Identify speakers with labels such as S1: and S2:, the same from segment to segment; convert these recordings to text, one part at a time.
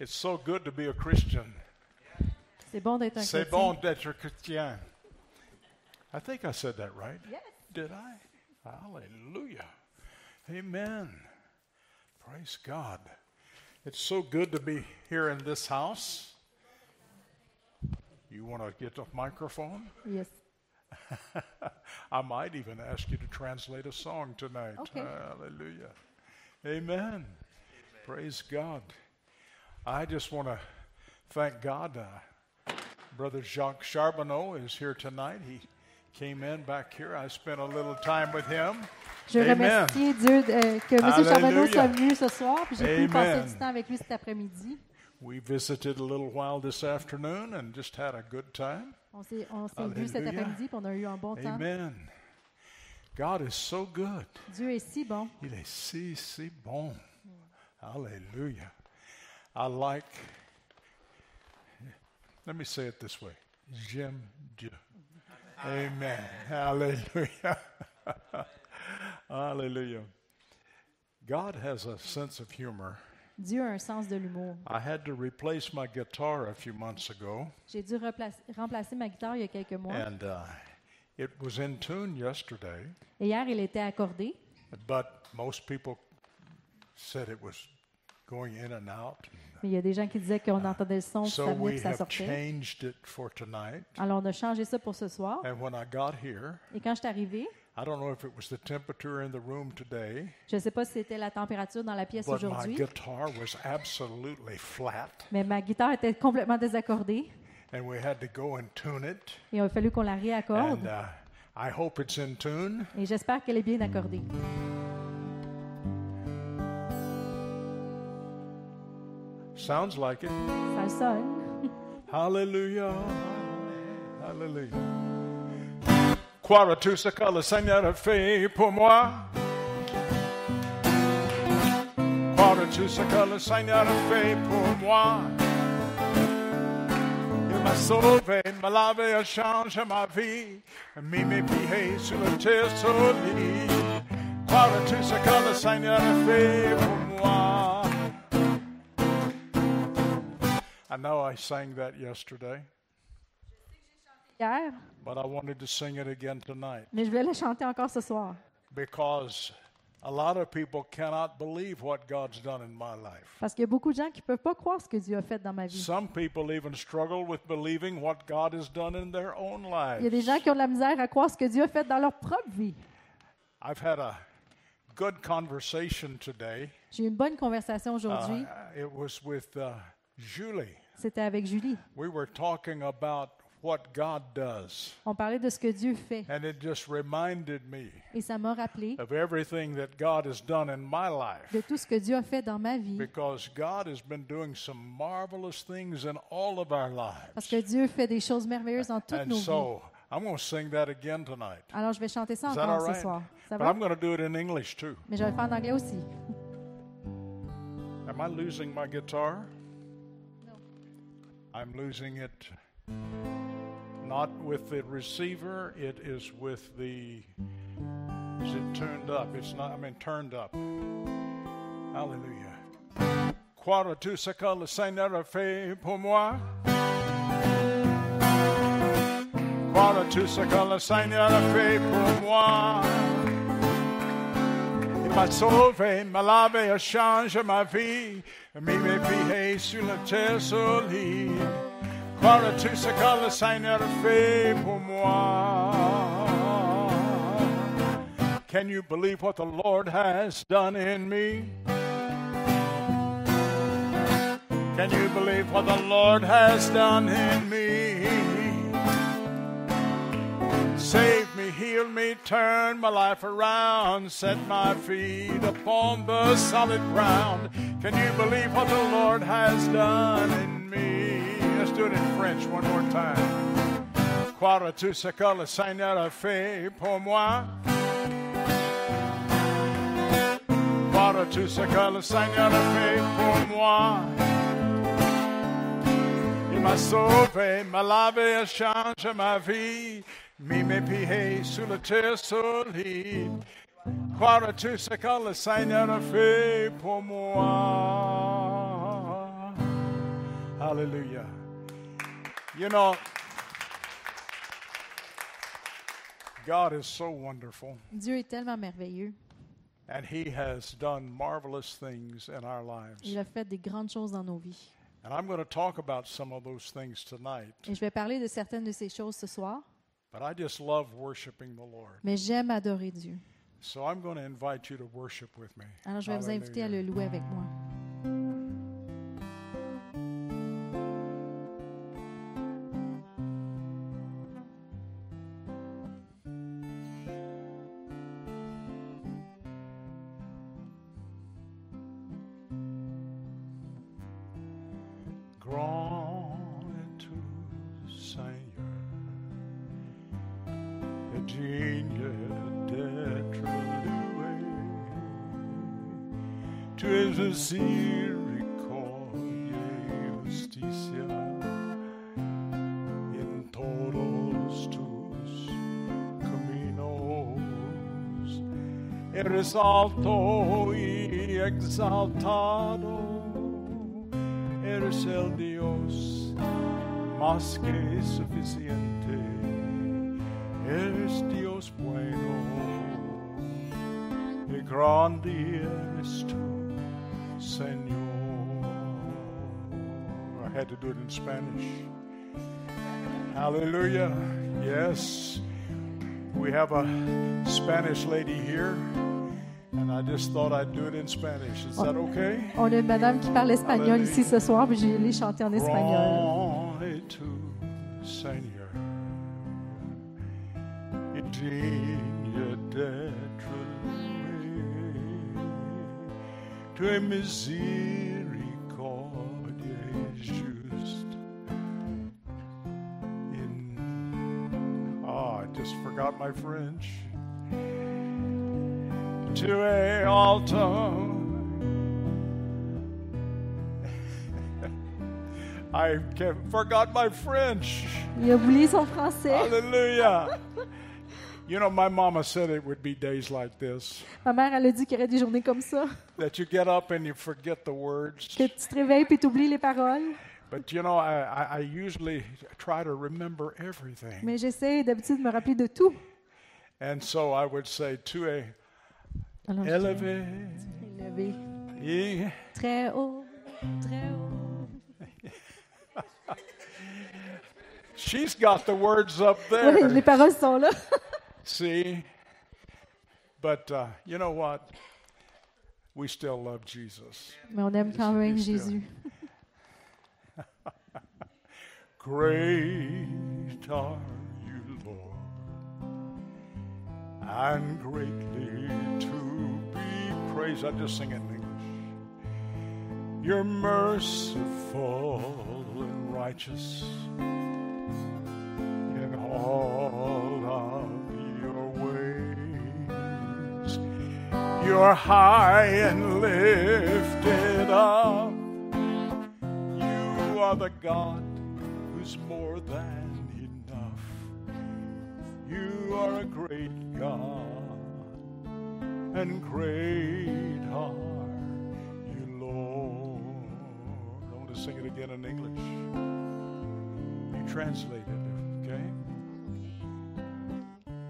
S1: It's so good to be a Christian.
S2: C'est bon d'être un
S1: C'est
S2: chrétien.
S1: bon d'être chrétien. I think I said that right.
S2: Yes.
S1: Did I? Hallelujah. Amen. Praise God. It's so good to be here in this house. You want to get the microphone?
S2: Yes.
S1: I might even ask you to translate a song tonight.
S2: Okay.
S1: Hallelujah. Amen. Praise God. I just want to thank God. Uh, Brother Jacques Charbonneau is here tonight. He came in back here. I spent a little time with him.
S2: Je
S1: Amen.
S2: remercie Dieu de- euh, que M.
S1: Hallelujah.
S2: Charbonneau soit venu ce soir, puis j'ai pu
S1: Amen.
S2: passer du temps avec lui cet après-midi.
S1: We visited a little while this afternoon and just had a good time.
S2: On s'est on s'est vu cet
S1: Hallelujah.
S2: après-midi, puis on a eu un bon temps.
S1: Amen. God is so good.
S2: Dieu est si bon.
S1: Il est si, si bon. Hallelujah. I like, let me say it this way J'aime Dieu. Amen. Hallelujah. Hallelujah. God has a sense of humor.
S2: Dieu a un sens de l'humour.
S1: I had to replace my guitar a few months ago,
S2: J'ai dû replace- remplacer ma guitare il y a quelques mois.
S1: and uh, it was in tune yesterday,
S2: Et hier, il était accordé.
S1: but most people said it was going in and out.
S2: Mais il y a des gens qui disaient qu'on entendait le son, puis
S1: So
S2: ça venait,
S1: we
S2: puis ça
S1: have
S2: sortait.
S1: changed it for tonight.
S2: Alors, on a changé ça pour ce soir.
S1: And when I got here,
S2: Et quand je suis arrivée,
S1: I don't know if it was the temperature in the room today,
S2: je ne sais pas si c'était la température dans la pièce
S1: but my
S2: aujourd'hui,
S1: guitar was absolutely flat,
S2: mais ma guitare était complètement désaccordée.
S1: and we had to go and tune it.
S2: Et il a fallu qu'on la
S1: And
S2: réaccorde.
S1: uh, I hope it's in tune.
S2: Et j'espère qu'elle est bien accordée.
S1: Sounds like it.
S2: Ça sonne.
S1: Hallelujah. Hallelujah. Croire tout ce que le Seigneur a fait pour moi. Croire tout ce que le Seigneur a fait pour moi. Il m'a sauvé, m'a lavé, a changé ma vie. A mis mes pieds sur le terre solide. Croire tout ce que le Seigneur a fait pour moi. I know I sang that yesterday,
S2: Hier,
S1: but I wanted to sing it again tonight.
S2: mais je vais la chanter encore ce soir.
S1: because a lot of people cannot believe what God's done in my life.
S2: Parce qu'il y a beaucoup de gens qui ne peuvent pas croire ce que Dieu a fait dans ma vie.
S1: Some people even struggle with believing what God has done in their own
S2: Il y a des
S1: lives.
S2: gens qui ont de la misère à croire ce que Dieu a fait dans leur propre vie.
S1: I've had a good conversation today.
S2: J'ai eu une bonne conversation
S1: Uh,
S2: aujourd'hui.
S1: it was with uh, Julie.
S2: C'était avec Julie.
S1: We were talking about what God does,
S2: On parlait de ce que Dieu fait.
S1: and it just reminded me
S2: Et ça m'a rappelé
S1: of everything that God has done in my life.
S2: de tout ce que Dieu a fait dans ma vie.
S1: Because God has been doing some marvelous things in all of our lives.
S2: Parce que Dieu fait des choses merveilleuses dans toutes
S1: And
S2: nos vies.
S1: so I'm going to sing that again tonight.
S2: Alors, je vais chanter ça
S1: Is that
S2: encore
S1: all
S2: ce
S1: right?
S2: soir. Ça
S1: But
S2: va?
S1: I'm going to do it in English too.
S2: Mais je vais le faire en anglais aussi.
S1: Am I losing my guitar?
S2: No.
S1: I'm losing it not with the receiver, it is with the. Is it tuned up? It's not, I mean, turned up. Hallelujah. Croire tout ce que le Seigneur a fait pour moi. Croire tout ce que le Seigneur a fait pour moi. Il m'a sauvé, m'a lavé, a changé ma vie. A Mis mes pieds sur le terre solide. Croire à tout ce que le Seigneur a fait pour moi. Can you believe what the Lord has done in me? Can you believe what the Lord has done in me? Save me, heal me, turn my life around, set my feet upon the solid ground. Can you believe what the Lord has done in me? Let's do it in French one more time. Croire tout ce que le Seigneur a fait pour moi. Croire tout ce que le Seigneur a fait pour moi. Il m'a sauvé, m'a lavé, a changé ma vie. Mis mes pieds sur le terre solide. Croire tout ce que le Seigneur a fait pour moi. Hallelujah. You know, God is so wonderful,
S2: Dieu est tellement merveilleux.
S1: and He has done marvelous things in our lives.
S2: Il a fait des grandes choses dans nos vies.
S1: And I'm going to talk about some of those things tonight.
S2: Et je vais parler de certaines de ces choses ce soir,
S1: But I just love worshiping the Lord.
S2: mais j'aime adorer Dieu.
S1: So I'm going to invite you to worship with me.
S2: Alors je vais vous inviter à
S1: Hallelujah.
S2: le louer avec moi.
S1: Grand es-tu, Seigneur, digne d'être loué. Tu es un miséricordieux justicia en todos tus caminos. Eres alto y exaltado. Eres el Dios más que suficiente. Eres Dios bueno y grande eres tú, Señor. I had to do it in Spanish. Hallelujah. Yes. We have a Spanish lady here, and I just thought I'd do it in Spanish. Is that okay?
S2: On a une madame qui parle espagnol ici ce soir, puis je l'ai chanté en espagnol.
S1: Glory to Seigneur. Et digne d'être loué. Tu es miséricordieux et juste. In- Ah, I just forgot my French. Tu es alto I ca- forgot my French.
S2: Il a oublié son français.
S1: Hallelujah. You know, my mama said it would be days like this
S2: Ma mère, elle a dit qu'il y aurait des journées comme ça,
S1: that you get up and you forget the words.
S2: que tu te réveilles puis tu oublies les paroles.
S1: But you know, I, I, I usually try to remember everything.
S2: Mais j'essaie d'habitude de me rappeler de tout.
S1: And so I would say, Tu es
S2: Alors, je suis
S1: élevé.
S2: élevé.
S1: y-"
S2: Très haut, très haut.
S1: She's got the words up
S2: Oui, les
S1: there.
S2: paroles sont là.
S1: See? But uh, you know what? We still love Jesus.
S2: Mais on aime quand même
S1: Jésus.
S2: Jésus.
S1: Great are you, Lord, and greatly to be praised. I just sing it in English. You're merciful and righteous in all of your ways. You're high and lifted up. You are the God who's more than enough. You are a great God, and great are you, Lord. I want to sing it again in English. You translate it, okay?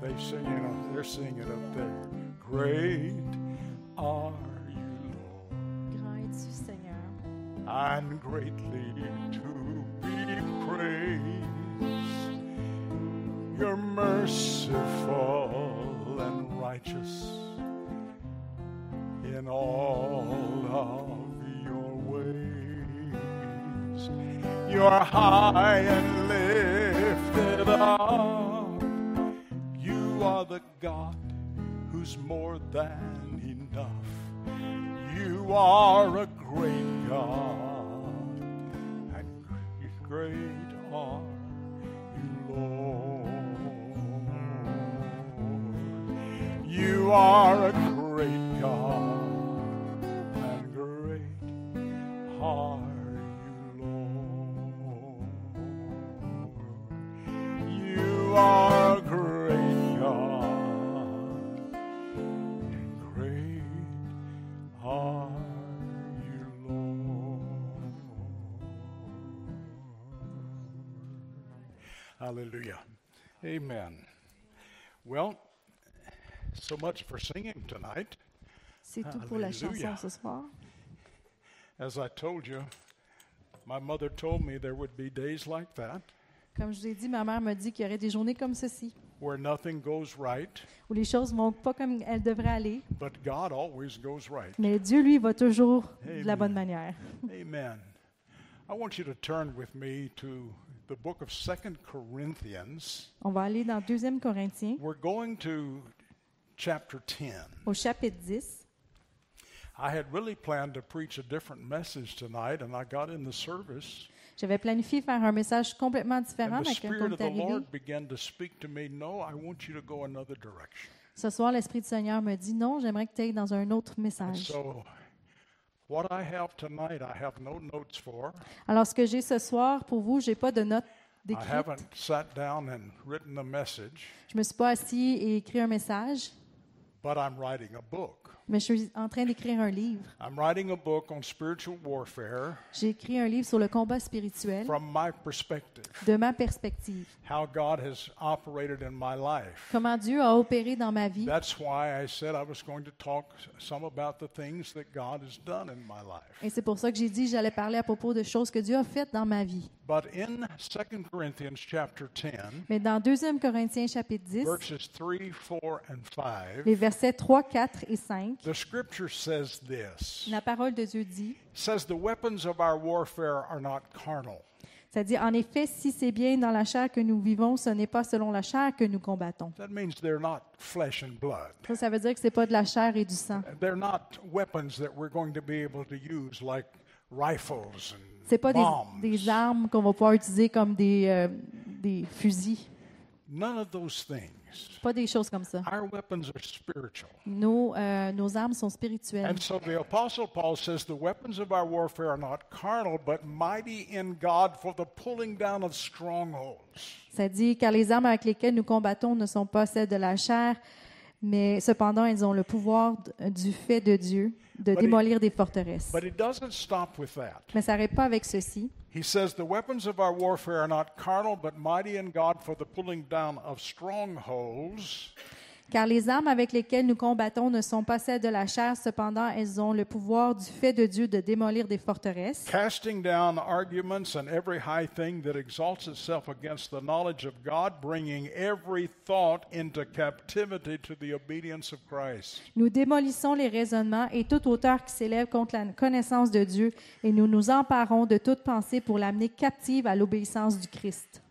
S1: They sing it up, they're singing it up there. Great are you, Lord
S2: Grand es-tu, Seigneur.
S1: and greatly to be praised. You're merciful and righteous in all of your ways. You're high and lifted up. You are the God who's more than enough. You are a great God, and great are you, Lord. You are a great God, and great are you, Lord. You are a great God, and great are you, Lord? Hallelujah. Amen. Well, so much for singing tonight.
S2: C'est tout pour la chanson
S1: Hallelujah.
S2: ce soir.
S1: As I told you, my mother told me there would be days like that
S2: Comme je vous ai dit, ma mère me dit qu'il y aurait des journées comme ceci,
S1: where nothing goes right,
S2: où les choses vont pas comme elles devraient aller,
S1: but God always goes right.
S2: mais Dieu, lui, va toujours de la
S1: Amen.
S2: bonne manière.
S1: Amen. I want you to turn with me to the book of Second Corinthians.
S2: On va aller dans 2 Corinthiens,
S1: We're going to chapter 10.
S2: au chapitre 10.
S1: I had really planned to preach a different message tonight, and I got in the service,
S2: J'avais planifié faire un message complètement différent,
S1: and the
S2: mais quand
S1: Spirit
S2: on
S1: of
S2: est
S1: the
S2: arrivé,
S1: Lord began to speak to me, No, I want you to go another direction.
S2: ce soir, l'Esprit du Seigneur me dit non, j'aimerais que tu ailles dans un autre
S1: And
S2: message.
S1: so, what I have tonight, I have no notes for.
S2: Alors, ce que j'ai ce soir pour vous, j'ai pas de notes
S1: I
S2: d'écrites.
S1: haven't sat down and written a message,
S2: Je me suis pas assis et écrit un message,
S1: but I'm writing a book.
S2: mais je suis en train d'écrire un livre.
S1: I'm writing a book on spiritual warfare
S2: J'ai écrit un livre sur le combat spirituel
S1: from my perspective,
S2: de ma perspective.
S1: how God has operated in my life.
S2: Comment Dieu a opéré dans ma vie.
S1: That's why I said I was going to talk some about the things that God has done in my life.
S2: Et c'est pour ça que j'ai dit que j'allais parler à propos de choses que Dieu a faites dans ma vie.
S1: But in 2 Corinthians chapter 10,
S2: Mais dans 2 Corinthiens chapitre 10,
S1: verses 3, 4, and 5,
S2: les versets 3, 4 et 5,
S1: the scripture says this.
S2: la parole de Dieu dit,
S1: It says the weapons of our warfare are not carnal,
S2: ça dit, en effet, si c'est bien dans la chair que nous vivons, ce n'est pas selon la chair que nous combattons.
S1: That means they're not flesh and blood.
S2: Ça, ça veut dire que c'est pas de la chair et du sang.
S1: They're not weapons that we're going to be able to use like rifles
S2: C'est
S1: and
S2: pas
S1: bombs.
S2: des, des armes qu'on va pouvoir utiliser comme des, euh, des fusils.
S1: None of those things.
S2: Pas des choses comme ça.
S1: Our weapons are spiritual.
S2: Nos, euh, nos armes sont spirituelles.
S1: And so the Apostle Paul says the weapons of our warfare are not carnal, but mighty in God for the pulling down of strongholds.
S2: Ça dit, car les armes avec lesquelles nous combattons ne sont pas celles de la chair, mais cependant, elles ont le pouvoir d- du fait de Dieu de
S1: But it-
S2: démolir des forteresses.
S1: But it doesn't stop with that.
S2: Mais ça n'arrête pas avec ceci.
S1: He says, The weapons of our warfare are not carnal, but mighty in God for the pulling down of strongholds.
S2: Car les armes avec lesquelles nous combattons ne sont pas celles de la chair, cependant, elles ont le pouvoir du fait de Dieu de démolir des forteresses,
S1: Casting down arguments and every high thing that exalts itself against the knowledge of God, bringing every thought into captivity to the obedience of Christ.
S2: Nous démolissons les raisonnements et toute hauteur qui s'élève contre la connaissance de Dieu, et nous nous emparons de toute pensée pour l'amener captive à l'obéissance du Christ.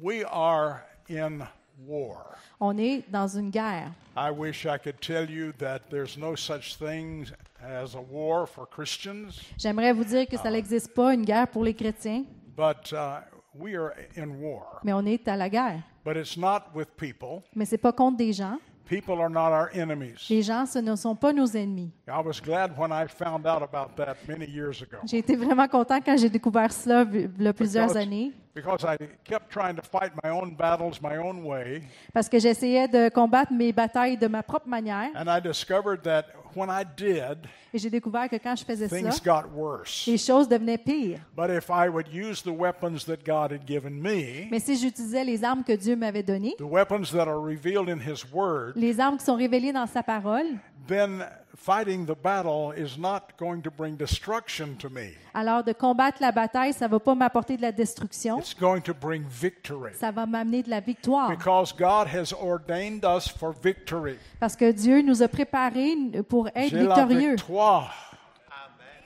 S1: We are in war.
S2: On est dans une guerre.
S1: I wish I could tell you that there's no such thing as a war for Christians,
S2: J'aimerais vous dire que
S1: Ah
S2: ça n'existe pas une guerre pour les chrétiens,
S1: but uh, we are in war.
S2: mais on est à la guerre.
S1: But it's not with people.
S2: Mais c'est pas contre des gens.
S1: People are not our enemies.
S2: Les gens, ce ne sont pas nos ennemis.
S1: I was glad when I found out about that many years ago.
S2: J'ai été vraiment content quand j'ai découvert cela il y a plusieurs années,
S1: because I kept trying to fight my own battles my own way,
S2: parce que j'essayais de combattre mes batailles de ma propre manière,
S1: and I discovered that when I did,
S2: et j'ai découvert que quand je faisais cela,
S1: things got worse.
S2: les choses devenaient pires.
S1: But if I would use the weapons that God had given me,
S2: Mais si j'utilisais les armes que Dieu m'avait données,
S1: the weapons that are revealed in His Word,
S2: les armes qui sont révélées dans sa parole,
S1: then fighting the battle is not going to bring destruction to me.
S2: alors de combattre la bataille, ça ne va pas m'apporter de la destruction,
S1: It's going to bring victory.
S2: ça va m'amener de la victoire.
S1: Because God has ordained us for victory.
S2: Parce que Dieu nous a préparés pour être
S1: J'ai la
S2: victorieux.
S1: victoire.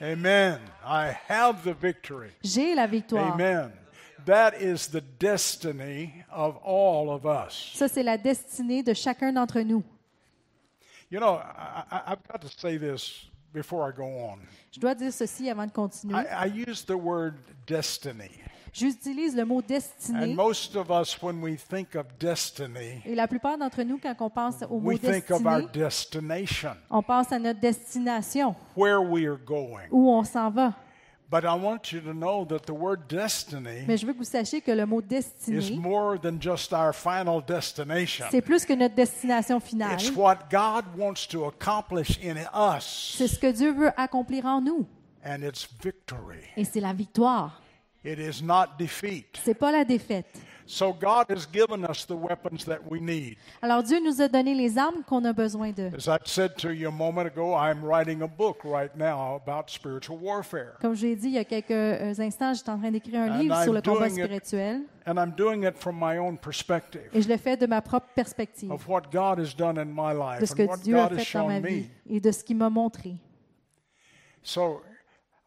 S1: Amen. I have the victory.
S2: J'ai la victoire.
S1: Amen. That is the destiny of all of us.
S2: Ça, c'est la destinée de chacun d'entre nous.
S1: You know, I, I, I've got to say this before I go on.
S2: Je dois dire ceci avant de continuer.
S1: I, I use the word destiny.
S2: J'utilise le mot
S1: And
S2: destinée.
S1: most of us, when we think of destiny,
S2: Et la plupart d'entre nous, quand on pense au mot
S1: we think of our
S2: destinée,
S1: destination,
S2: on pense à notre destination,
S1: where we are going.
S2: où on s'en va.
S1: But I want you to know that the word destiny
S2: Mais je veux que vous sachiez que le mot
S1: is
S2: destinée,
S1: more than just our final destination.
S2: c'est plus que notre destination finale.
S1: It's what God wants to accomplish in us,
S2: C'est ce que Dieu veut accomplir en nous.
S1: and it's victory.
S2: Et c'est la victoire.
S1: It is not defeat.
S2: C'est pas la défaite.
S1: So God has given us the weapons that we need.
S2: Alors Dieu nous a donné les armes qu'on a besoin d'eux.
S1: As I said to you a moment ago, I'm writing a book right now about spiritual warfare.
S2: Comme je l'ai dit il y a quelques euh, instants, j'étais en train d'écrire
S1: And
S2: un livre sur
S1: I'm
S2: le combat
S1: doing it-
S2: spirituel
S1: And I'm doing it from my own perspective
S2: et je le fais de ma propre perspective,
S1: of what God has done in my life
S2: de ce
S1: and what
S2: que Dieu a
S1: God has
S2: fait dans ma
S1: shown
S2: vie
S1: me.
S2: et de ce qu'il m'a montré.
S1: So,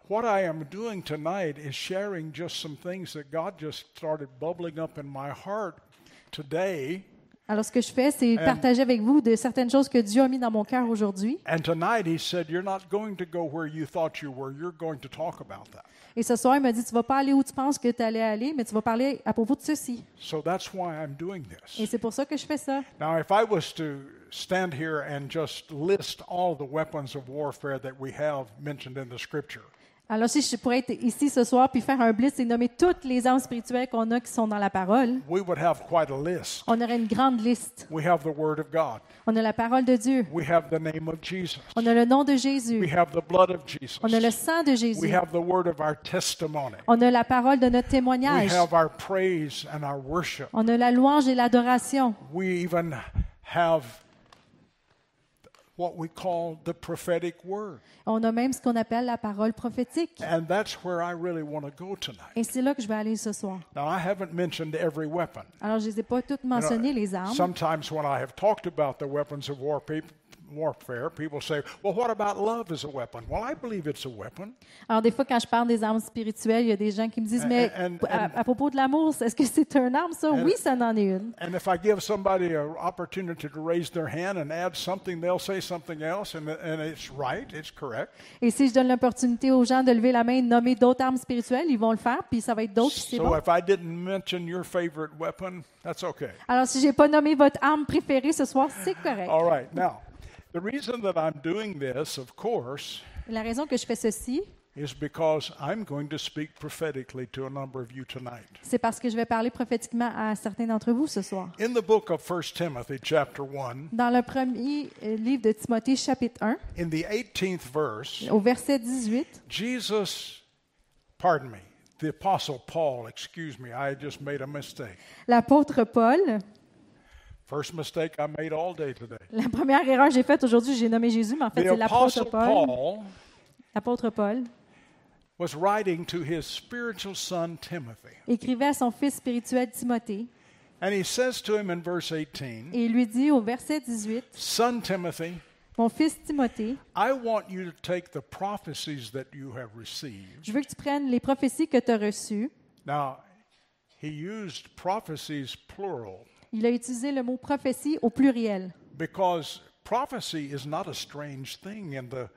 S1: what I am doing tonight is sharing just some things that God just started bubbling up in my heart today.
S2: Alors ce que je fais,
S1: Euh.
S2: c'est partager avec vous de certaines choses que Dieu a mis dans mon cœur aujourd'hui.
S1: And tonight he said, You're not going to go where you thought you were. You're going to talk about that.
S2: Et ce soir, il m'a dit, tu vas pas aller où tu penses que tu allais aller, mais tu vas parler à propos de ceci.
S1: So that's why I'm doing
S2: Et
S1: this.
S2: c'est pour ça que je fais ça.
S1: Now, if I was to stand here and just list all the weapons of warfare that we have mentioned in the scripture,
S2: Alors si je pourrais être ici ce soir puis faire un blitz et nommer toutes les armes spirituelles qu'on a qui sont dans la parole,
S1: we would have quite a list.
S2: on aurait une grande liste.
S1: We have the Word of God,
S2: On a la parole de Dieu.
S1: we have the name of Jesus,
S2: On a le nom de
S1: we
S2: Jésus.
S1: have the blood of
S2: On a le
S1: Jesus,
S2: sang de
S1: we
S2: Jésus.
S1: have the word of our testimony,
S2: On a la parole de notre
S1: we
S2: témoignage.
S1: have our praise and our worship,
S2: On a la louange et l'adoration.
S1: we even have what we call the prophetic word.
S2: On a même ce qu'on appelle la parole prophétique.
S1: And that's where I really want to go tonight.
S2: Et c'est là que je vais aller ce soir.
S1: Now, I haven't mentioned every weapon.
S2: Alors, je ne les ai pas toutes
S1: You know,
S2: mentionnées, les armes.
S1: Sometimes when I have talked about the weapons of war, peop- warfare, people say, well, what about love as a weapon? Well, I believe it's a weapon.
S2: Alors, des fois, quand je parle des armes spirituelles, il y a des gens qui me disent, mais
S1: and- and-
S2: à, à propos de l'amour, est-ce que c'est une arme, ça? Oui, ça en est une.
S1: And if I give somebody an opportunity to raise their hand and add something, they'll say something else, and, and it's right, it's correct.
S2: Et si je donne l'opportunité aux gens de lever la main et de nommer d'autres armes spirituelles, ils vont le faire, puis ça va être d'autres, puis c'est
S1: so
S2: bon.
S1: if I didn't mention your favorite weapon, that's okay.
S2: Alors, si j'ai pas nommé votre arme préférée ce soir, c'est correct.
S1: All right, now, the reason that I'm doing this, of course,
S2: La raison que je fais ceci,
S1: is because I'm going to speak prophetically to a number of you tonight.
S2: c'est parce que je vais parler prophétiquement à certains d'entre vous ce soir.
S1: In the book of 1 Timothy, chapter 1,
S2: Dans le premier euh, livre de Timothée, chapitre 1,
S1: in the 18th verse,
S2: au verset 18,
S1: Jesus, pardon me, the Apostle Paul, excuse me, I just made a mistake.
S2: l'apôtre Paul,
S1: First mistake I made all day today.
S2: la première erreur que j'ai faite aujourd'hui, j'ai nommé Jésus, mais en fait, c'est
S1: The
S2: l'apôtre
S1: Apostle
S2: Paul.
S1: Paul
S2: L'apôtre Paul
S1: was writing to his spiritual son Timothy.
S2: écrivait à son fils spirituel Timothée
S1: And he says to him in verse 18,
S2: et il lui dit au verset 18,
S1: Son Timothy,
S2: Mon fils Timothée,
S1: I want you to take the prophecies that you have received.
S2: je veux que tu prennes les prophéties que tu as reçues.
S1: Now, he used prophecies plural
S2: Il a utilisé le mot prophétie au pluriel.
S1: because prophecy is not a strange thing in the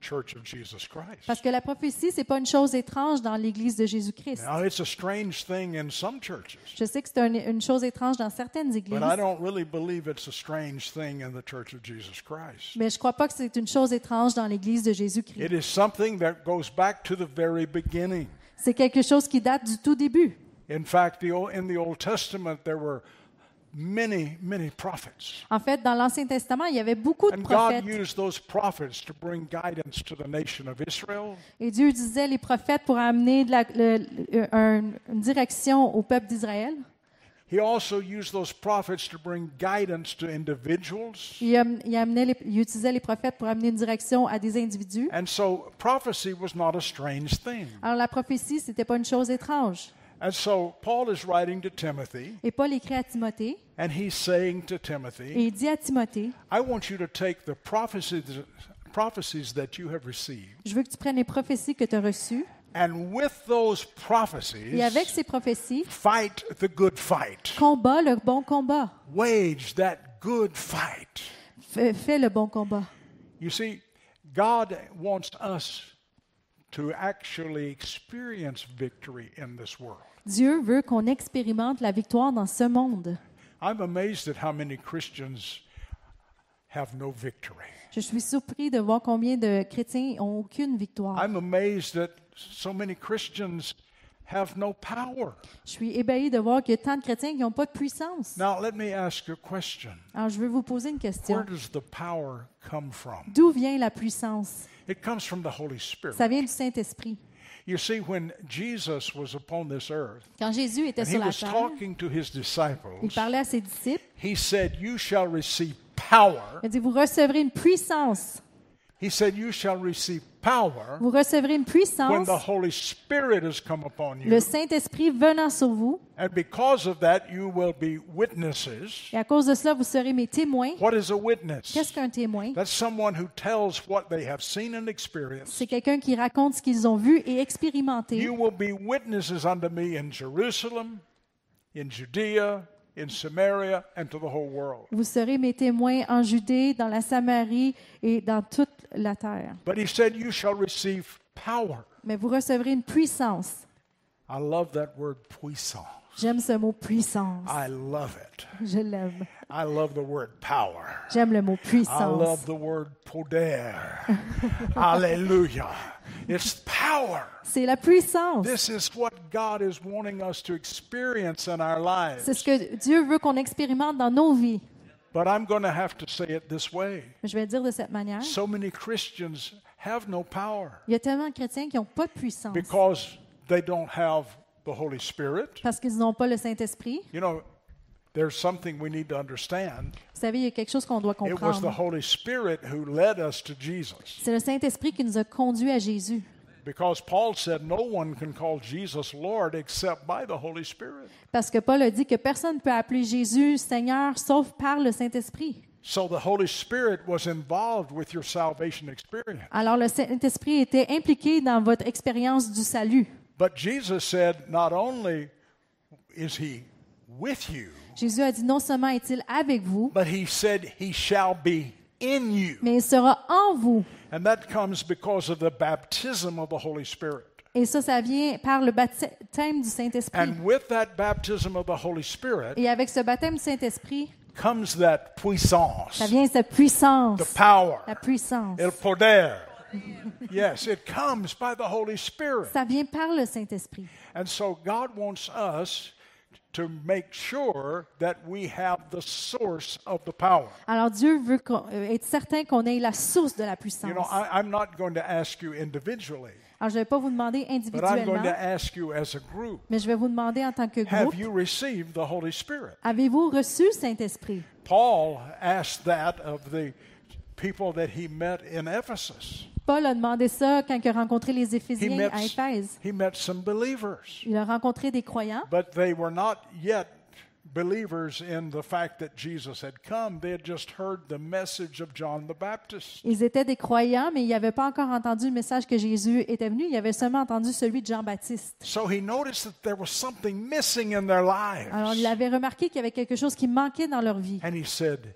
S1: church of Jesus Christ.
S2: Parce que la prophétie, c'est pas une chose étrange dans l'Église de Jésus-Christ.
S1: Now, it's a strange thing in some churches,
S2: Je sais que c'est un- une chose étrange dans certaines églises,
S1: but I don't really believe it's a strange thing in the church of Jesus Christ.
S2: mais je crois pas que c'est une chose étrange dans l'Église de Jésus-Christ.
S1: It is something that goes back to the very beginning.
S2: C'est quelque chose qui date du tout début.
S1: In fact, the old, in the Old Testament, there were many, many prophets.
S2: En fait, dans l'Ancien Testament, il y avait beaucoup de
S1: And God
S2: prophètes.
S1: used those prophets to bring guidance to the nation of Israel
S2: Et Dieu disait les prophètes pour amener de la- le- le- un- une direction au peuple d'Israël.
S1: He also used those prophets to bring guidance to individuals.
S2: Il, am- il amenait les- il utilisait les prophètes pour amener une direction à des individus.
S1: And so prophecy was not a strange thing.
S2: Alors la prophétie, c'était pas une chose étrange.
S1: And so Paul is writing to Timothy,
S2: Et Paul écrit à Timothée
S1: and he's saying to
S2: et
S1: Timothy,
S2: il dit à Timothée,
S1: I want you to take the prophecies, prophecies that you have received,
S2: je veux que tu prennes les prophéties que tu as reçues
S1: and with those prophecies,
S2: et avec ces prophéties,
S1: fight the good fight.
S2: combat le bon combat.
S1: Wage that good fight.
S2: Fais fais le bon combat.
S1: You see, God wants us to actually experience victory in this world.
S2: Dieu veut qu'on expérimente la victoire dans ce monde.
S1: I'm amazed at how many Christians have no victory.
S2: Je suis surpris de voir combien de chrétiens ont aucune victoire.
S1: I'm amazed that so many Christians have no power.
S2: Je suis ébahi de voir qu'il y a tant de chrétiens qui n'ont pas de puissance.
S1: Now, let me ask you a question
S2: Alors, je veux vous poser une
S1: Where
S2: question.
S1: does the power come from?
S2: D'où vient la puissance?
S1: It comes from the Holy Spirit.
S2: Ça vient du Saint-Esprit.
S1: You see, when Jesus was upon this earth,
S2: Quand Jésus était
S1: and he
S2: sur la
S1: was
S2: terre,
S1: talking to his
S2: il
S1: disciples,
S2: parlait à ses disciples.
S1: he said, You shall receive power.
S2: Il a dit, vous recevrez une puissance.
S1: He said, You shall receive power
S2: Vous recevrez une
S1: when
S2: puissance,
S1: the Holy Spirit has come upon
S2: le
S1: you.
S2: Saint-Esprit venant sur vous.
S1: And because of that, you will be witnesses.
S2: Et à cause de cela, vous serez mes témoins.
S1: What is a witness?
S2: Qu'est-ce qu'un témoin?
S1: That's someone who tells what they have seen and experienced.
S2: C'est quelqu'un qui raconte ce qu'ils ont vu et expérimenté.
S1: You will be witnesses unto me in Jerusalem, in Judea, in Samaria, and to the whole world.
S2: Vous serez mes témoins en Judée, dans la Samarie et dans toute la terre.
S1: But he said, You shall receive power.
S2: Mais vous recevrez une puissance.
S1: I love that word puissance.
S2: J'aime ce mot puissance.
S1: I love it.
S2: Je l'aime.
S1: I love the word power.
S2: J'aime le mot
S1: I
S2: puissance.
S1: love the word poder. Hallelujah. It's power.
S2: C'est la puissance.
S1: This is what God is wanting us to experience in our lives.
S2: C'est ce que Dieu veut qu'on expérimente dans nos vies.
S1: But I'm going to have to say it this way.
S2: Je vais le dire de cette manière.
S1: So many Christians have no power
S2: Il y a tellement de chrétiens qui n'ont pas de puissance
S1: because they don't have the Holy Spirit.
S2: parce qu'ils n'ont pas le Saint-Esprit.
S1: You know, there's something we need to understand.
S2: Vous savez, il y a quelque chose qu'on doit
S1: It was the
S2: comprendre.
S1: Holy Spirit who led us to Jesus.
S2: C'est le Saint-Esprit qui nous a conduits à Jésus.
S1: Because Paul said no one can call Jesus Lord except by the Holy Spirit.
S2: Parce que Paul a dit que personne ne peut appeler Jésus Seigneur sauf par le Saint-Esprit.
S1: So the Holy Spirit was involved with your salvation experience.
S2: Alors le Saint-Esprit était impliqué dans votre expérience du salut.
S1: But Jesus said, not only is he with you,
S2: Jésus a dit non seulement est-il avec vous,
S1: but he said he shall be in you.
S2: mais il sera en vous.
S1: And that comes because of the baptism of the Holy Spirit.
S2: Et ça, ça vient par le baptême du Saint-Esprit.
S1: And with that baptism of the Holy Spirit
S2: Et avec ce baptême du Saint-Esprit,
S1: comes that puissance,
S2: ça vient cette puissance,
S1: the power,
S2: la puissance.
S1: el poder. Yes, it comes by the Holy Spirit.
S2: Ça vient par le Saint-Esprit.
S1: And so God wants us to make sure that we have the source of the power.
S2: Alors Dieu veut qu'on- euh, être certain qu'on ait la source de la puissance.
S1: You know, I, I'm not going to ask you individually,
S2: Alors je ne vais pas vous demander
S1: but I'm going
S2: individuellement,
S1: to ask you as a group.
S2: mais je vais vous demander en tant que
S1: Have
S2: groupe.
S1: you received the Holy Spirit?
S2: Avez-vous reçu le Saint-Esprit?
S1: Paul asked that of the people that he met in Ephesus.
S2: Paul a demandé ça quand il a rencontré
S1: He
S2: les Éphésiens
S1: met,
S2: à Éphèse.
S1: he met some believers,
S2: Il a rencontré des croyants,
S1: but they were not yet believers in the fact that Jesus had come. They had just heard the message of John the Baptist.
S2: Ils étaient des croyants, mais ils n'avaient pas encore entendu le message que Jésus était venu. Ils avaient seulement entendu celui de Jean-Baptiste.
S1: So he noticed that there was something missing in their
S2: Alors, il
S1: lives.
S2: avait remarqué qu'il y avait quelque chose qui manquait dans leur vie.
S1: And he said,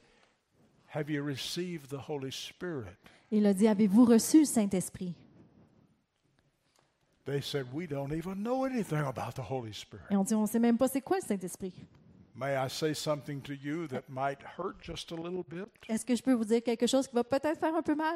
S1: Have you received the Holy Spirit?
S2: Il a dit, avez-vous reçu le Saint-Esprit?
S1: They said, We don't even know anything about the Holy Spirit.
S2: Et on dit, on ne sait même pas c'est quoi le Saint-Esprit.
S1: May I say something to you that might hurt just a little bit?
S2: Est-ce que je peux vous dire quelque chose qui va peut-être faire un peu mal?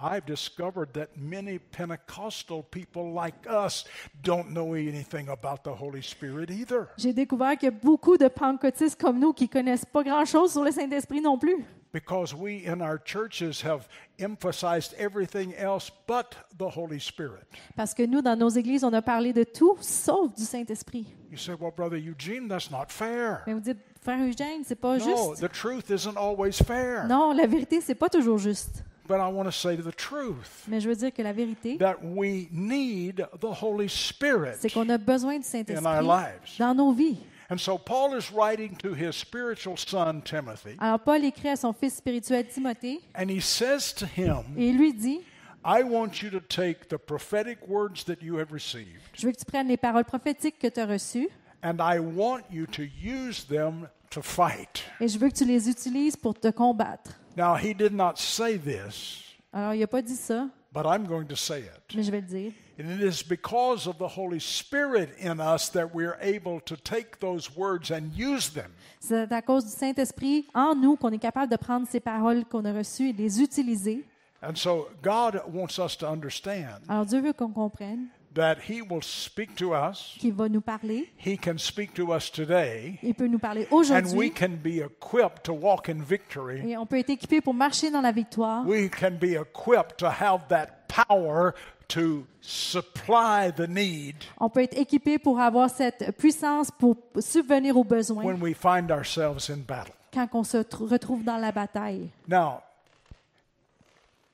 S1: I've discovered that many Pentecostal people like us don't know anything about the Holy Spirit either
S2: J'ai découvert qu'il y a beaucoup de pentecôtistes comme nous qui connaissent pas grand-chose sur le Saint-Esprit non plus.
S1: because we in our churches have emphasized everything else but the Holy Spirit.
S2: Parce que nous, dans nos églises, on a parlé de tout sauf du Saint-Esprit.
S1: You say, Well, Brother Eugene, that's not fair.
S2: Mais vous dites, frère Eugène, c'est pas
S1: No,
S2: juste.
S1: the truth isn't always fair.
S2: Non, la vérité, c'est pas toujours juste.
S1: But I want to say to the truth
S2: Mais je veux dire que la vérité,
S1: that we need the Holy Spirit.
S2: c'est qu'on a besoin
S1: In our
S2: du Saint-Esprit
S1: lives.
S2: dans nos vies.
S1: And so Paul is writing to his spiritual son Timothy,
S2: Alors, Paul écrit à son fils spirituel Timothée
S1: and he says to him,
S2: et il lui dit
S1: I want you to take the prophetic words that you have received,
S2: Je veux que tu prennes les paroles prophétiques que tu as reçues
S1: and I want you to use them to fight.
S2: et je veux que tu les utilises pour te combattre.
S1: Now, he did not say this,
S2: Alors, il n'a pas dit ça,
S1: but I'm going to say it.
S2: mais je vais le dire.
S1: And it is because of the Holy Spirit in us that we're able to take those words and use them.
S2: C'est à cause du Saint-Esprit en nous qu'on est capable de prendre ces paroles qu'on a reçues et de les utiliser.
S1: And so God wants us to understand
S2: Alors, Dieu veut qu'on comprenne
S1: that He will speak to us.
S2: qu'il va nous parler.
S1: He can speak to us today,
S2: Il peut nous parler
S1: and we
S2: aujourd'hui
S1: can be equipped to walk in victory.
S2: et on peut être équipé pour marcher dans la victoire.
S1: We can be equipped to have that power to supply the need
S2: On peut être équipé pour avoir cette puissance pour subvenir aux besoins
S1: when we find ourselves in battle.
S2: quand on se tr- retrouve dans la bataille.
S1: Now,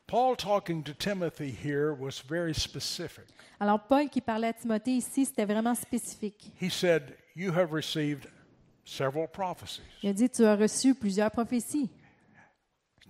S1: Paul talking to Timothy here was very specific.
S2: Alors Paul qui parlait à Timothée ici, c'était vraiment spécifique.
S1: He said, You have received several prophecies.
S2: Il a dit, tu as reçu plusieurs prophéties.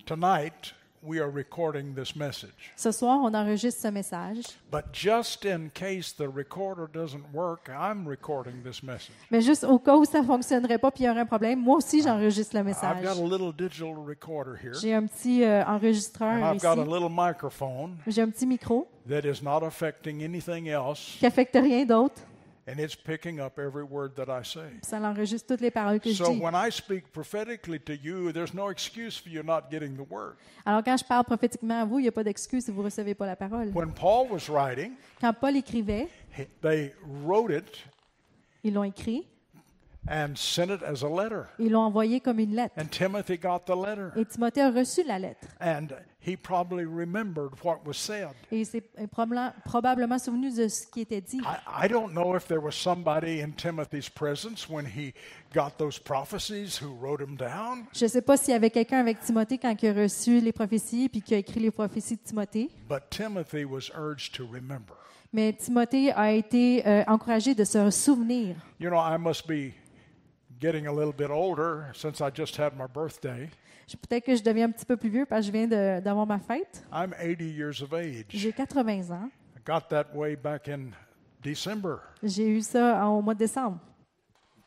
S1: Tonight, we are recording this message.
S2: Ce soir, on enregistre ce message.
S1: But just in case the recorder doesn't work, I'm recording this message.
S2: Mais juste au cas où ça ne fonctionnerait pas puis il y aurait un problème, moi aussi, j'enregistre le
S1: I've
S2: message.
S1: got a little digital recorder here,
S2: J'ai un petit euh,
S1: and
S2: enregistreur
S1: I've
S2: ici.
S1: got a little microphone
S2: J'ai un petit micro
S1: that is not affecting anything else,
S2: qui affecte rien d'autre.
S1: and it's picking up every word that I say.
S2: puis Ça l'enregistre toutes les paroles que je
S1: So
S2: dis.
S1: when I speak prophetically to you, there's no excuse for you not getting the word.
S2: Alors quand je parle prophétiquement à vous, il n'y a pas d'excuse si vous ne recevez pas la parole.
S1: When Paul was writing,
S2: Quand Paul écrivait,
S1: he- they wrote it
S2: ils l'ont écrit,
S1: and sent it as a letter.
S2: ils l'ont envoyé comme une lettre.
S1: And Timothy got the letter.
S2: Et Timothée a reçu la lettre.
S1: And he probably remembered what was said.
S2: Et il s'est probablement, probablement souvenu de ce qui était dit.
S1: I, I don't know if there was somebody in Timothy's presence when he got those prophecies who wrote them down,
S2: Je ne sais pas s'il y avait quelqu'un avec Timothée quand il a reçu les prophéties puis qui a écrit les prophéties de Timothée,
S1: but Timothy was urged to remember.
S2: mais Timothée a été euh, encouragé de se souvenir.
S1: You know, I must be getting a little bit older since I just had my birthday.
S2: Je- Peut-être que je deviens un petit peu plus vieux parce que je viens de- d'avoir ma fête.
S1: I'm 80 years of age.
S2: J'ai 80 ans.
S1: I got that way back in December,
S2: J'ai eu ça en- au mois de décembre.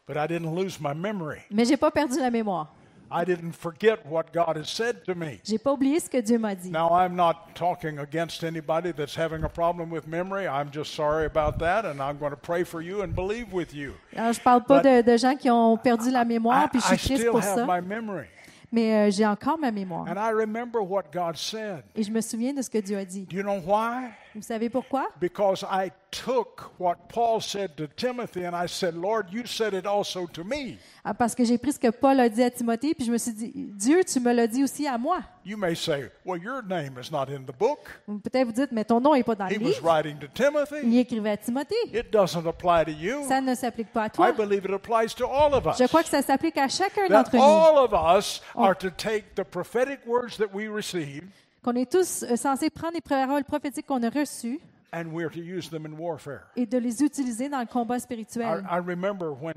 S1: but I didn't lose my memory.
S2: Mais j'ai pas perdu la mémoire.
S1: I didn't forget what God has said to me.
S2: J'ai pas oublié ce que Dieu m'a dit.
S1: Now, I'm not talking against anybody that's having a problem with memory. I'm just sorry about that, and I'm going to pray for you and believe with you.
S2: Alors, je parle pas de, de gens qui ont perdu la mémoire,
S1: I,
S2: puis je
S1: I
S2: suis triste
S1: still
S2: pour
S1: have
S2: ça,
S1: my memory,
S2: mais euh, j'ai encore ma mémoire.
S1: and I remember what God said.
S2: Et je me souviens de ce que Dieu a dit.
S1: Do you know why?
S2: Vous savez pourquoi?
S1: Because I took what Paul said to Timothy, and I said, Lord, you said it also to me.
S2: Ah, Parce que j'ai pris ce que Paul a dit à Timothée, puis je me suis dit, Dieu, tu me l'as dit aussi à moi.
S1: You may say, Well, your name is not in the book.
S2: Vous- Peut-être vous dites, mais ton nom n'est pas dans
S1: He
S2: le
S1: was
S2: livre.
S1: writing to Timothy.
S2: Il écrivait à Timothée.
S1: It doesn't apply to you.
S2: Ça ne s'applique pas à
S1: I
S2: toi.
S1: believe it applies to all of us.
S2: Je crois que ça s'applique à chacun
S1: that
S2: d'entre nous.
S1: all of us are to take the prophetic words that we receive
S2: Qu'on est tous euh, censés prendre les paroles prophétiques qu'on a reçues
S1: and we're to use them in warfare.
S2: et de les utiliser dans le combat
S1: I,
S2: spirituel.
S1: I remember when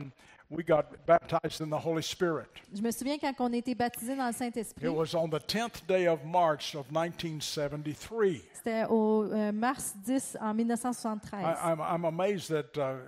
S1: we got baptized in the Holy Spirit.
S2: Je me souviens quand on a été baptisé dans le Saint-Esprit,
S1: It was on the 10th day of March of 1973.
S2: c'était au euh, mars 10 en
S1: I,
S2: 1973.
S1: I'm, I'm amazed that uh,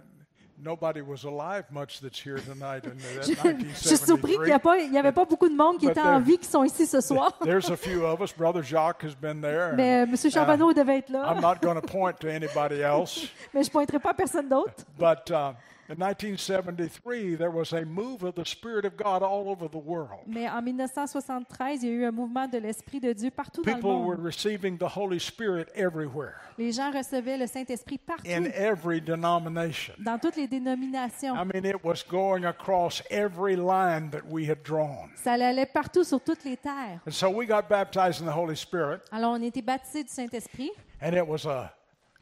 S1: nobody was alive much that's here tonight in that
S2: Je, je suis surpris qu'il
S1: 1973.
S2: n'y a pas- il y avait pas beaucoup de monde qui
S1: But
S2: était en
S1: there-
S2: vie qui sont ici ce soir.
S1: There's a few of us. Brother Jacques has been there. uh,
S2: Mais euh, M.
S1: Ah.
S2: Charbonneau devait être là,
S1: I'm not going to point to anybody else.
S2: mais je ne pointerai pas à personne d'autre.
S1: But uh, in 1973, there was a move of the Spirit of God all over the world.
S2: Mais en 1973, il y a eu un mouvement de l'Esprit de Dieu partout dans le
S1: People were
S2: monde.
S1: receiving the Holy Spirit everywhere,
S2: Les gens recevaient le Saint-Esprit partout,
S1: in every denomination.
S2: dans toutes les dénominations.
S1: I mean, it was going across every line that we had drawn.
S2: Ça allait partout sur toutes les terres.
S1: And so we got baptized in the Holy Spirit,
S2: Alors, on était baptisés du Saint-Esprit.
S1: and it was a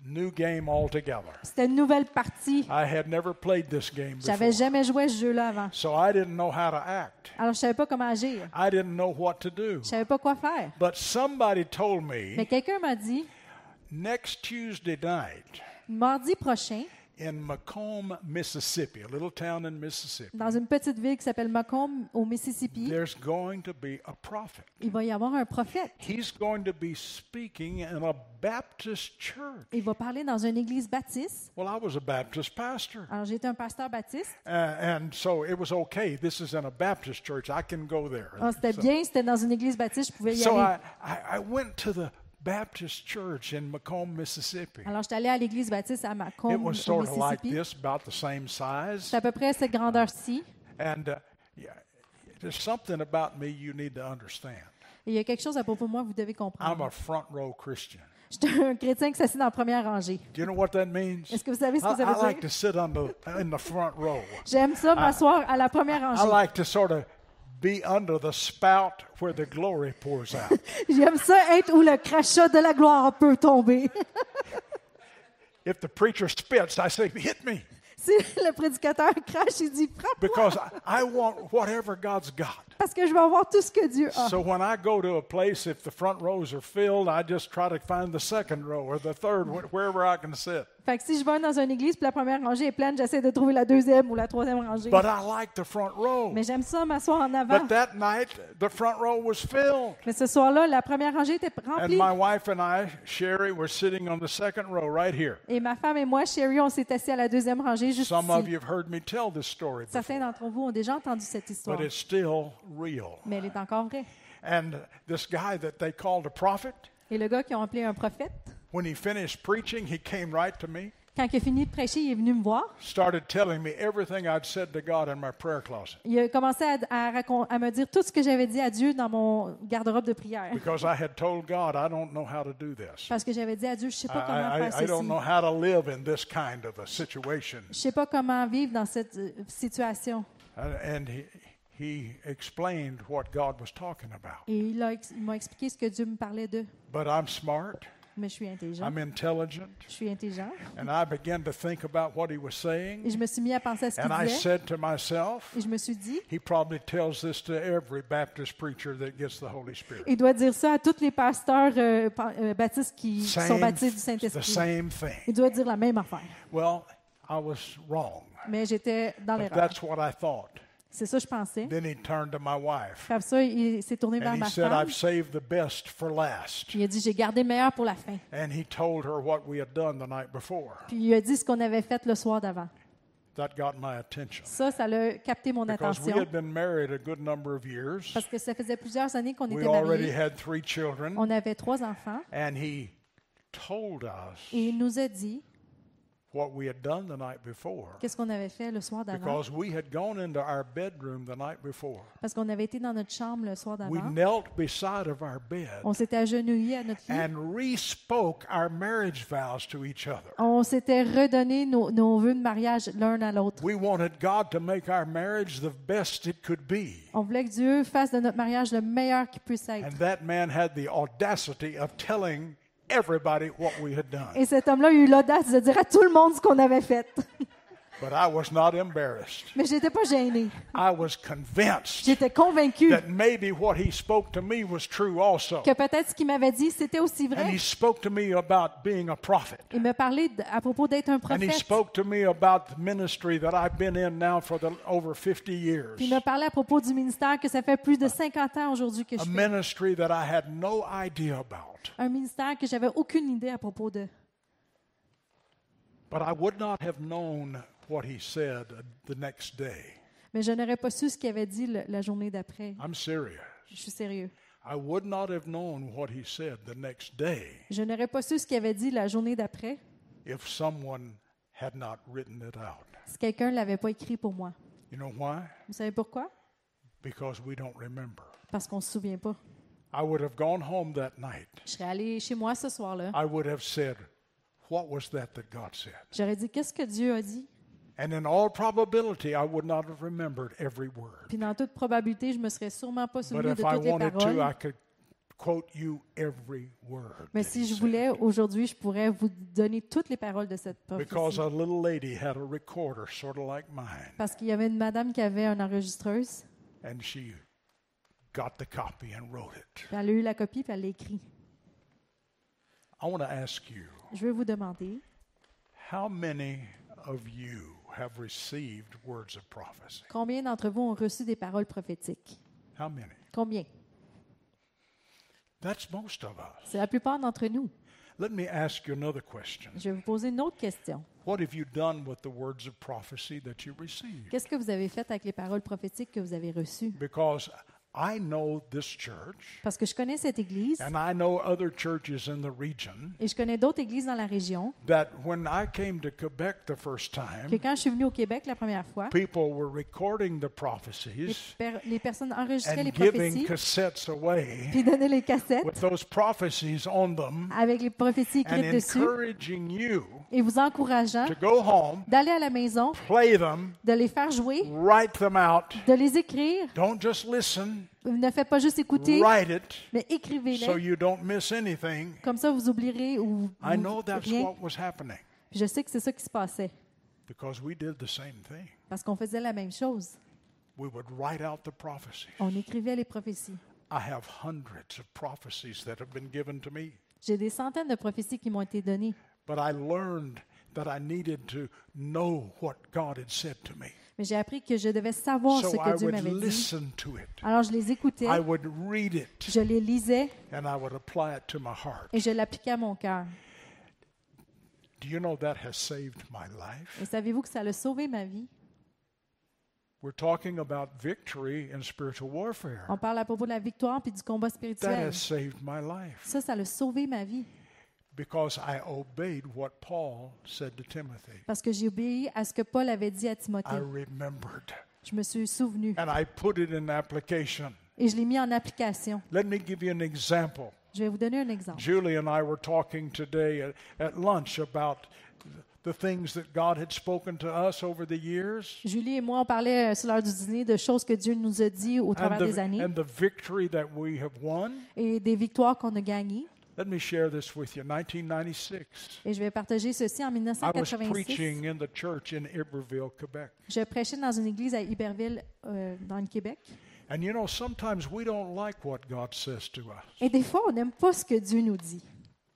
S1: new game altogether.
S2: C'était une nouvelle partie.
S1: I had never played this game
S2: J'avais
S1: Ah, before,
S2: jamais joué à ce jeu-là avant.
S1: so I didn't know how to act.
S2: Alors, je savais pas comment agir.
S1: I didn't know what to do.
S2: Je savais pas quoi faire.
S1: But somebody told
S2: Mais
S1: me
S2: quelqu'un m'a dit,
S1: next Tuesday night,
S2: mardi prochain,
S1: in Macomb, Mississippi, a little town in Mississippi,
S2: dans une petite ville qui s'appelle Macomb, au Mississippi,
S1: there's going to be a prophet.
S2: il va y avoir un prophète.
S1: He's going to be speaking in a Baptist church.
S2: Il va parler dans une église baptiste.
S1: Well, I was a Baptist pastor.
S2: Alors, j'étais un pasteur baptiste.
S1: Uh, and so it was okay. This is in a Baptist church. I can go there.
S2: Alors, c'était bien, c'était dans une église baptiste, je pouvais y
S1: Ah, So
S2: aller.
S1: I, I, I went to the Baptist church in Macomb, Mississippi.
S2: Alors, j'étais allée à l'église baptiste à Macomb,
S1: It
S2: au
S1: was sort of like
S2: Mississippi.
S1: this, about the same size.
S2: C'est à peu près à cette grandeur-ci.
S1: And uh, yeah, there's something about me you need to understand.
S2: Et il y a quelque chose à propos de moi que vous devez
S1: I'm
S2: comprendre.
S1: a front row Christian.
S2: J'étais un chrétien qui s'assied dans la première rangée.
S1: Do you know what that means?
S2: Est-ce que vous savez ce que
S1: I,
S2: ça
S1: I
S2: veut
S1: like to
S2: dire?
S1: sit on the, in the front row.
S2: J'aime ça m'asseoir à la première
S1: I
S2: rangée.
S1: like to sort of be under the spout where the glory pours out.
S2: J'aime ça être où le crachat de la gloire peut tomber.
S1: If the preacher spits, I say, hit me.
S2: Si le prédicateur crache, il dit frappe
S1: Because I, I want whatever God's got.
S2: parce que je vais avoir tout ce que Dieu a.
S1: So when I go to a place, if the front rows are filled, I just try to find the second row or the third, wh- wherever I can sit.
S2: Fait que si je vais dans une église puis la première rangée est pleine, j'essaie de trouver la deuxième ou la troisième rangée.
S1: But I like the front row.
S2: Mais j'aime ça m'asseoir en avant.
S1: But that night, the front row was filled.
S2: Mais ce soir-là, la première rangée était
S1: And
S2: remplie.
S1: my wife and I, Sherry, were sitting on the second row right here.
S2: Et ma femme et moi, Sherry, on s'est assis à la deuxième rangée juste
S1: Some of
S2: ici.
S1: you have heard me tell this story, before,
S2: Certains d'entre vous ont déjà entendu cette histoire,
S1: but it's still real.
S2: mais elle est encore vraie.
S1: And this guy that they called a prophet,
S2: Et le gars qui ont appelé un prophète,
S1: when he finished preaching, he came right to me,
S2: quand il a fini de prêcher, il est venu me voir.
S1: started telling me everything I'd said to God in my prayer closet
S2: Il a commencé à, à racon- à me dire tout ce que j'avais dit à Dieu dans mon garde-robe de prière.
S1: because I had told God, I don't know how to do this.
S2: Parce que j'avais dit à Dieu, je ne sais
S1: I,
S2: pas comment
S1: I-
S2: faire
S1: I don't
S2: ceci.
S1: know how to live in this kind of a situation.
S2: Je ne sais pas comment vivre dans cette euh, situation.
S1: And Uh, and he, he explained what God was talking about.
S2: Et il a ex- il m'a expliqué ce que Dieu me parlait de.
S1: But I'm smart,
S2: Mais je suis intelligent.
S1: I'm intelligent,
S2: Je suis intelligent.
S1: and I began to think about what he was
S2: Et
S1: saying.
S2: je me suis mis à penser à ce qu'il
S1: And I
S2: disait.
S1: said to myself,
S2: Et je me suis dit,
S1: He probably tells this to every Baptist preacher that gets the Holy Spirit.
S2: il doit dire ça à tous les pasteurs euh, pa- euh, baptistes qui sont
S1: Same,
S2: baptisés du
S1: the
S2: Saint-Esprit.
S1: same thing.
S2: Il doit dire la même affaire.
S1: Well, I was wrong,
S2: Mais j'étais dans
S1: but
S2: l'erreur.
S1: that's what I thought.
S2: C'est ça que je pensais.
S1: Then he turned to my wife
S2: Après ça, il s'est tourné vers
S1: and he
S2: ma
S1: said,
S2: femme.
S1: I've saved the best for last.
S2: Il a dit, j'ai gardé le meilleur pour la fin.
S1: And he told her what we had done the night before.
S2: Puis il a dit ce qu'on avait fait le soir d'avant.
S1: That got my attention.
S2: Ça, ça a capté mon
S1: Because we
S2: attention.
S1: had been married a good number of years.
S2: Parce que ça faisait plusieurs années qu'on
S1: We
S2: était
S1: already
S2: mariés.
S1: had three children.
S2: On avait trois enfants.
S1: And he told us
S2: Et il nous a dit
S1: what we had done the night before.
S2: qu'est-ce qu'on avait fait le soir d'avant.
S1: Because we had gone into our bedroom the night before.
S2: Parce qu'on avait été dans notre chambre le soir
S1: We
S2: d'avant.
S1: knelt beside of our bed
S2: On s'était agenouillés à notre lit.
S1: and re-spoke our marriage vows to each other.
S2: On s'était redonné nos, nos vœux de mariage l'un à l'autre.
S1: We wanted God to make our marriage the best it could be.
S2: On voulait que Dieu fasse de notre mariage le meilleur qu'il puisse
S1: And
S2: être.
S1: that man had the audacity of telling everybody what we had done.
S2: Et cet homme-là a eu l'audace de dire à tout le monde ce qu'on avait fait.
S1: But I was not embarrassed.
S2: Mais j'étais pas gênée.
S1: I was convinced
S2: J'étais convaincue
S1: that maybe what he spoke to me was true also.
S2: que peut-être ce qu'il m'avait dit, c'était aussi
S1: And he
S2: vrai.
S1: spoke to me about being a prophet.
S2: Il me parlait d- à propos d'être
S1: And
S2: un
S1: he
S2: prophète.
S1: spoke to me about the ministry that I've been in now for the, over 50 years.
S2: Puis il me parlait à propos du ministère que ça fait plus
S1: Ah.
S2: de 50 ans aujourd'hui que je
S1: A
S2: fais.
S1: ministry that I had no idea about.
S2: Un ministère que j'avais aucune idée à propos de.
S1: But I would not have known what he said uh, the next day.
S2: Mais je n'aurais pas su ce qu'il avait dit le- la journée d'après.
S1: I'm serious.
S2: Je suis sérieux.
S1: I would not have known what he said the next day
S2: Je n'aurais pas su ce qu'il avait dit la journée d'après
S1: if someone had not written it out.
S2: si quelqu'un ne l'avait pas écrit pour moi.
S1: You know why?
S2: Vous savez pourquoi?
S1: Because we don't remember.
S2: Parce qu'on ne se souvient pas.
S1: I would have gone home that night.
S2: Je serais allée chez moi ce soir-là.
S1: I would have said, What was that that God said?
S2: J'aurais dit qu'est-ce que Dieu a dit.
S1: And in all probability, I would not have remembered every word.
S2: Puis dans toute probabilité, je me serais sûrement pas
S1: But
S2: souvenu de
S1: if I
S2: toutes les
S1: wanted to, I
S2: paroles.
S1: could quote you every word.
S2: Mais
S1: that he
S2: si je
S1: said.
S2: voulais, aujourd'hui, je pourrais vous donner toutes les paroles de cette
S1: Because
S2: prophétie.
S1: a little lady had a recorder, sort of like mine,
S2: Parce qu'il y avait une madame qui avait un enregistreuse,
S1: and she got the copy and wrote it.
S2: puis elle a eu la copie, puis elle l'a écrit.
S1: I want to ask you
S2: Je vais vous demander,
S1: how many of you have received words of prophecy?
S2: combien d'entre vous ont reçu des paroles prophétiques?
S1: How many?
S2: Combien?
S1: That's most of us.
S2: C'est la plupart d'entre nous.
S1: Let me ask you another question.
S2: Je vais vous poser une autre question.
S1: What have you done with the words of prophecy that you received?
S2: Qu'est-ce que vous avez fait avec les paroles prophétiques que vous avez reçues?
S1: Because I know this church,
S2: Parce que je connais cette église
S1: and I know other churches in the region,
S2: et je connais d'autres églises dans la région
S1: that when I came to Quebec the first
S2: que
S1: time,
S2: quand je suis venue au Québec la première fois,
S1: people were recording the
S2: les,
S1: prophecies
S2: per- les personnes enregistraient les
S1: and giving
S2: prophéties
S1: cassettes away
S2: puis donnaient les cassettes
S1: with those prophecies on them
S2: avec les prophéties
S1: and
S2: écrites dessus
S1: encouraging you
S2: et vous encourageant
S1: to go home,
S2: d'aller à la maison,
S1: play them,
S2: de les faire jouer,
S1: write them out.
S2: de les écrire.
S1: Don't just listen,
S2: Ne faites pas juste écouter,
S1: write it
S2: mais
S1: so
S2: écrivez-les.
S1: you don't miss anything.
S2: Comme ça, vous oublierez ou
S1: I
S2: vous-
S1: know that's
S2: rien.
S1: what was happening.
S2: Puis je sais que c'est ça qui se passait,
S1: because we did the same thing.
S2: parce qu'on faisait la même chose.
S1: We would write out the prophecies.
S2: On écrivait les prophéties.
S1: I have hundreds of prophecies that have been given to me,
S2: J'ai des centaines de prophéties qui m'ont été données,
S1: but I learned that I needed to know what God had said to me.
S2: mais j'ai appris que je devais savoir ce
S1: So I
S2: que Dieu
S1: would
S2: m'avait dit.
S1: listen to it.
S2: Alors je les écoutais,
S1: I would read it
S2: je les lisais
S1: and I would apply it to my heart.
S2: et je l'appliquais à mon cœur.
S1: Do you know that has saved my life?
S2: Et savez-vous que ça a sauvé ma vie?
S1: We're talking about victory in spiritual warfare.
S2: On parle à propos de la victoire puis du combat
S1: That
S2: spirituel.
S1: has saved my life
S2: Ça, ça a sauvé ma vie
S1: because I obeyed what Paul said to Timothy.
S2: parce que j'ai obéi à ce que Paul avait dit à
S1: I
S2: Timothée.
S1: remembered
S2: Je me suis souvenu
S1: and I put it in application.
S2: et je l'ai mis en application.
S1: Let me give you an example.
S2: Je vais vous donner un exemple.
S1: Julie and I were talking today at, at lunch about the things that God had spoken to us over the years
S2: Julie et moi, on parlait euh, sur l'heure du dîner de choses que Dieu nous a dit au
S1: and
S2: travers des
S1: the,
S2: années
S1: and the victory that we have won.
S2: et des victoires qu'on a gagnées.
S1: Let me share this with you. 1996,
S2: Et je vais partager ceci en
S1: I was
S2: 1986.
S1: preaching in the church in Iberville, Quebec.
S2: Je prêchais dans une église à Iberville, euh, dans le Québec.
S1: And you know, sometimes we don't like what God says to us.
S2: Et des fois, on n'aime pas ce que Dieu nous dit.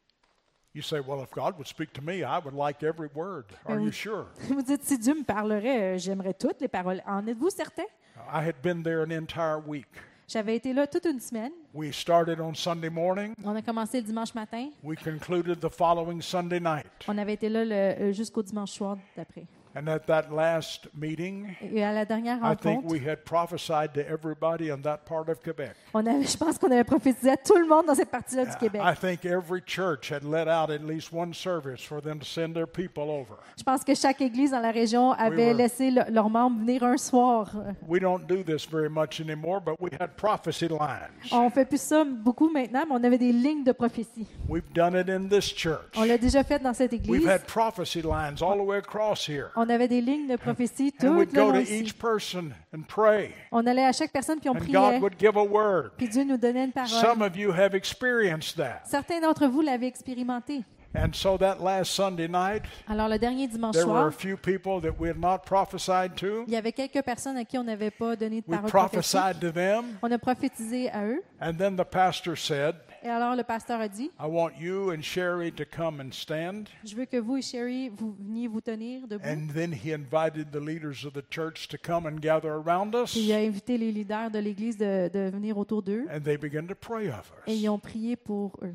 S1: You say, Well, if God would speak to me, I would like every word. Are
S2: Ben
S1: you
S2: oui.
S1: sure?
S2: Vous dites, si Dieu me parlerait, euh, j'aimerais toutes les paroles. En êtes-vous certain?
S1: I had been there an entire week.
S2: J'avais été là toute une semaine.
S1: We started on Sunday morning,
S2: On a commencé le dimanche matin.
S1: we concluded the following Sunday night.
S2: On avait été là le- euh, jusqu'au dimanche soir d'après.
S1: And at that last meeting,
S2: Et à la dernière
S1: I think
S2: rencontre,
S1: we had prophesied to everybody in that part of Quebec.
S2: on avait, je pense qu'on avait prophétisé à tout le monde dans cette partie-là
S1: Ah,
S2: du Québec.
S1: I think every church had let out at least one service for them to send their people over.
S2: Je pense que chaque église dans la région avait
S1: were-
S2: laissé le- leurs membres venir un soir. Euh,
S1: We don't do this very much anymore, but we had prophecy lines.
S2: On fait plus ça beaucoup maintenant, mais on avait des lignes de prophétie.
S1: We've done it in this church.
S2: On l'a déjà fait dans cette
S1: We've
S2: église.
S1: had prophecy lines all the way across here.
S2: On avait des lignes de prophétie tout
S1: And
S2: le
S1: we'd go
S2: long
S1: to
S2: ici.
S1: each person and pray,
S2: On allait à chaque personne puis on
S1: and God
S2: priait.
S1: would give a word.
S2: Puis Dieu nous donnait une parole.
S1: Some of you have experienced that.
S2: Certains d'entre vous l'avaient expérimenté.
S1: And so that last Sunday night,
S2: Alors le dernier dimanche
S1: there were
S2: soir,
S1: a few people that we had not prophesied to.
S2: il y avait quelques personnes à qui on n'avait pas donné de
S1: We
S2: parole prophétique.
S1: prophesied to them,
S2: On a prophétisé à eux.
S1: and then the pastor said,
S2: Et alors le pasteur a dit,
S1: I want you and Sherry to come and stand.
S2: je veux que vous et Sherry, vous veniez vous tenir debout.
S1: And then he invited the leaders of the church to come and gather around us.
S2: Puis il a invité les leaders de l'Église de, de venir autour d'eux
S1: And they began to pray of
S2: et ils
S1: us.
S2: ont prié pour eux.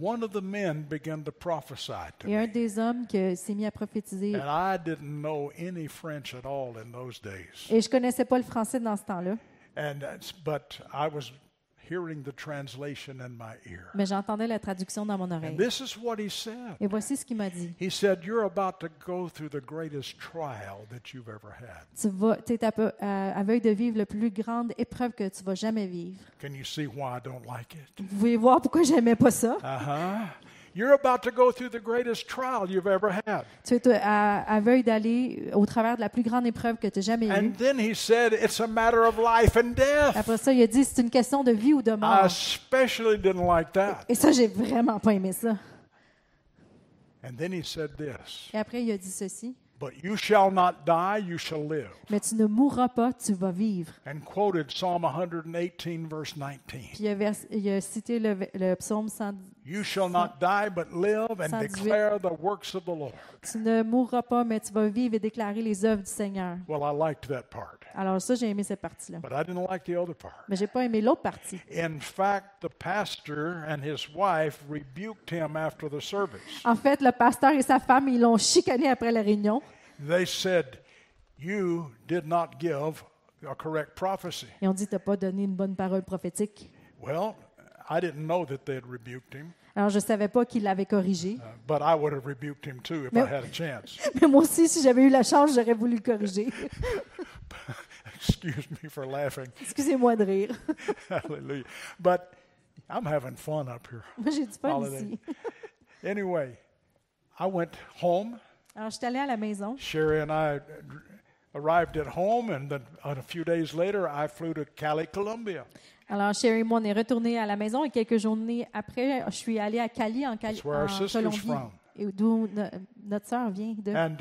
S1: One of the men began to prophesy to
S2: Et un
S1: me.
S2: des hommes que s'est mis à prophétiser,
S1: And I didn't know any French at all in those days.
S2: et je connaissais pas le français dans ce temps-là,
S1: And that's, but I was hearing the translation in my ear.
S2: mais j'entendais la traduction dans mon
S1: And
S2: oreille.
S1: this is what he said.
S2: Et voici ce qu'il m'a dit.
S1: He said, You're about to go through the greatest trial that you've ever had.
S2: Tu vas, es à, peu- à- à veuille de vivre la plus grande épreuve que tu vas jamais vivre.
S1: Can you see why I don't like it?
S2: Vous pouvez voir pourquoi j'aimais pas ça.
S1: Uh huh. You're about to go through the greatest trial you've ever had.
S2: Tu es à, à veuille d'aller au travers de la plus grande épreuve que tu as jamais eue.
S1: And then he said, It's a matter of life and death.
S2: Après ça, il a dit c'est une question de vie ou de
S1: I
S2: mort.
S1: especially didn't like that.
S2: Et ça, j'ai vraiment pas aimé ça.
S1: And then he said this
S2: Et après, il a dit ceci
S1: But you shall not die, you shall live.
S2: Mais tu ne mourras pas, tu vas vivre.
S1: And quoted Psalm 118, verse 19.
S2: Puis il a, vers- il a cité le, le psaume 100
S1: You shall not die, but live and
S2: Sans
S1: declare the works of the Lord.
S2: Tu ne mourras pas, mais tu vas vivre et déclarer les œuvres du Seigneur.
S1: Well, I liked that part,
S2: Alors, ça, j'ai aimé cette partie-là.
S1: but I didn't like the other part.
S2: Mais j'ai pas aimé l'autre partie.
S1: In fact, the pastor and his wife rebuked him after the service.
S2: En fait, le pasteur et sa femme, ils l'ont chicané après la réunion.
S1: They said, You did not give a correct prophecy.
S2: Ils ont dit T'as pas donné une bonne parole prophétique.
S1: Well, I didn't know that they had rebuked him,
S2: Alors, je savais pas qu'il l'avait corrigé.
S1: uh, but I would have rebuked him too if I
S2: Nope.
S1: had a chance.
S2: Mais moi aussi, si j'avais eu la chance, j'aurais voulu le corriger.
S1: Excuse me for laughing.
S2: Excusez-moi de rire.
S1: Hallelujah. But I'm having fun up here.
S2: Moi, j'ai du fun
S1: Holiday.
S2: ici.
S1: Anyway, I went home.
S2: Alors, je suis allée à la maison.
S1: Sherry and I arrived at home, and then and a few days later, I flew to Cali, Colombia.
S2: Alors, Sherry et moi, on est retournés à la maison et quelques journées après, je suis allée à Cali, en, Cali,
S1: That's where our
S2: en
S1: sister's
S2: Colombie.
S1: from. Ah.
S2: et d'où no- notre sœur vient de.
S1: And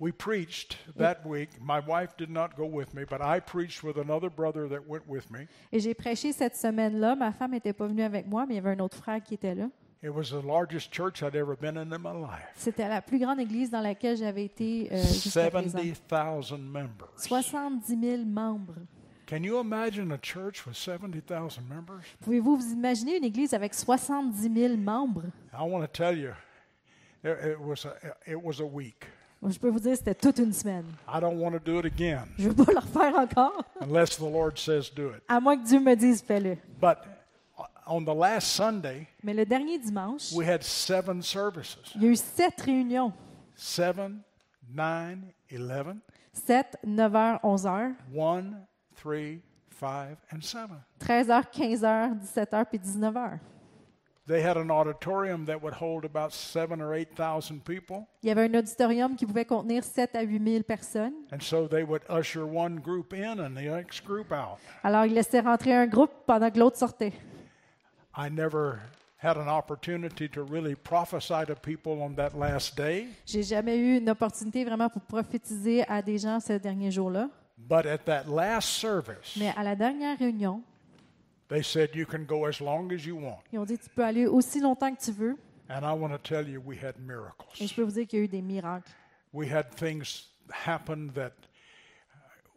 S1: we preached that week. My wife did not go with me, but I preached with another brother that went with me.
S2: Et j'ai prêché cette semaine-là. Ma femme n'était pas venue avec moi, mais il y avait un autre frère qui était là.
S1: It was the largest church I'd ever been in in my life
S2: C'était la plus grande église dans laquelle j'avais été euh, jusqu'à présent.
S1: 70,000 members.
S2: 70 000 membres.
S1: Can you imagine a church with 70,000 members?
S2: Pouvez-vous vous imaginer une église avec 70 000 membres?
S1: I want to tell you, it, it was a, it was a week.
S2: Je peux vous dire, c'était toute une semaine.
S1: I don't want to do it again
S2: Je ne veux pas le refaire encore,
S1: unless the Lord says do it.
S2: à moins que Dieu me dise fais-le.
S1: But on the last Sunday,
S2: Mais le dernier dimanche,
S1: we had seven services
S2: il y a eu sept réunions
S1: 7, 9, 11,
S2: 7, 9 h, 11 h,
S1: 1, 3, 5, and 7.
S2: 13 h, 15 h, 17 h, puis 19 h.
S1: They had an auditorium that would hold about seven or 8,000 people.
S2: Il y avait un auditorium qui pouvait contenir 7 à 8 000 personnes.
S1: And so they would usher one group in and the next group out.
S2: Alors, il laissait rentrer un groupe pendant que l'autre sortait.
S1: I never had an opportunity to really prophesy to people on that last day,
S2: J'ai jamais eu une opportunité vraiment pour prophétiser à des gens ce dernier jour-là.
S1: but at that last service,
S2: Mais à la dernière réunion,
S1: they said, You can go as long as you want.
S2: ils ont dit Tu peux aller aussi longtemps que tu veux.
S1: And I want to tell you, we had
S2: Et je
S1: miracles.
S2: peux vous dire qu'il y a eu des miracles.
S1: We had things happen that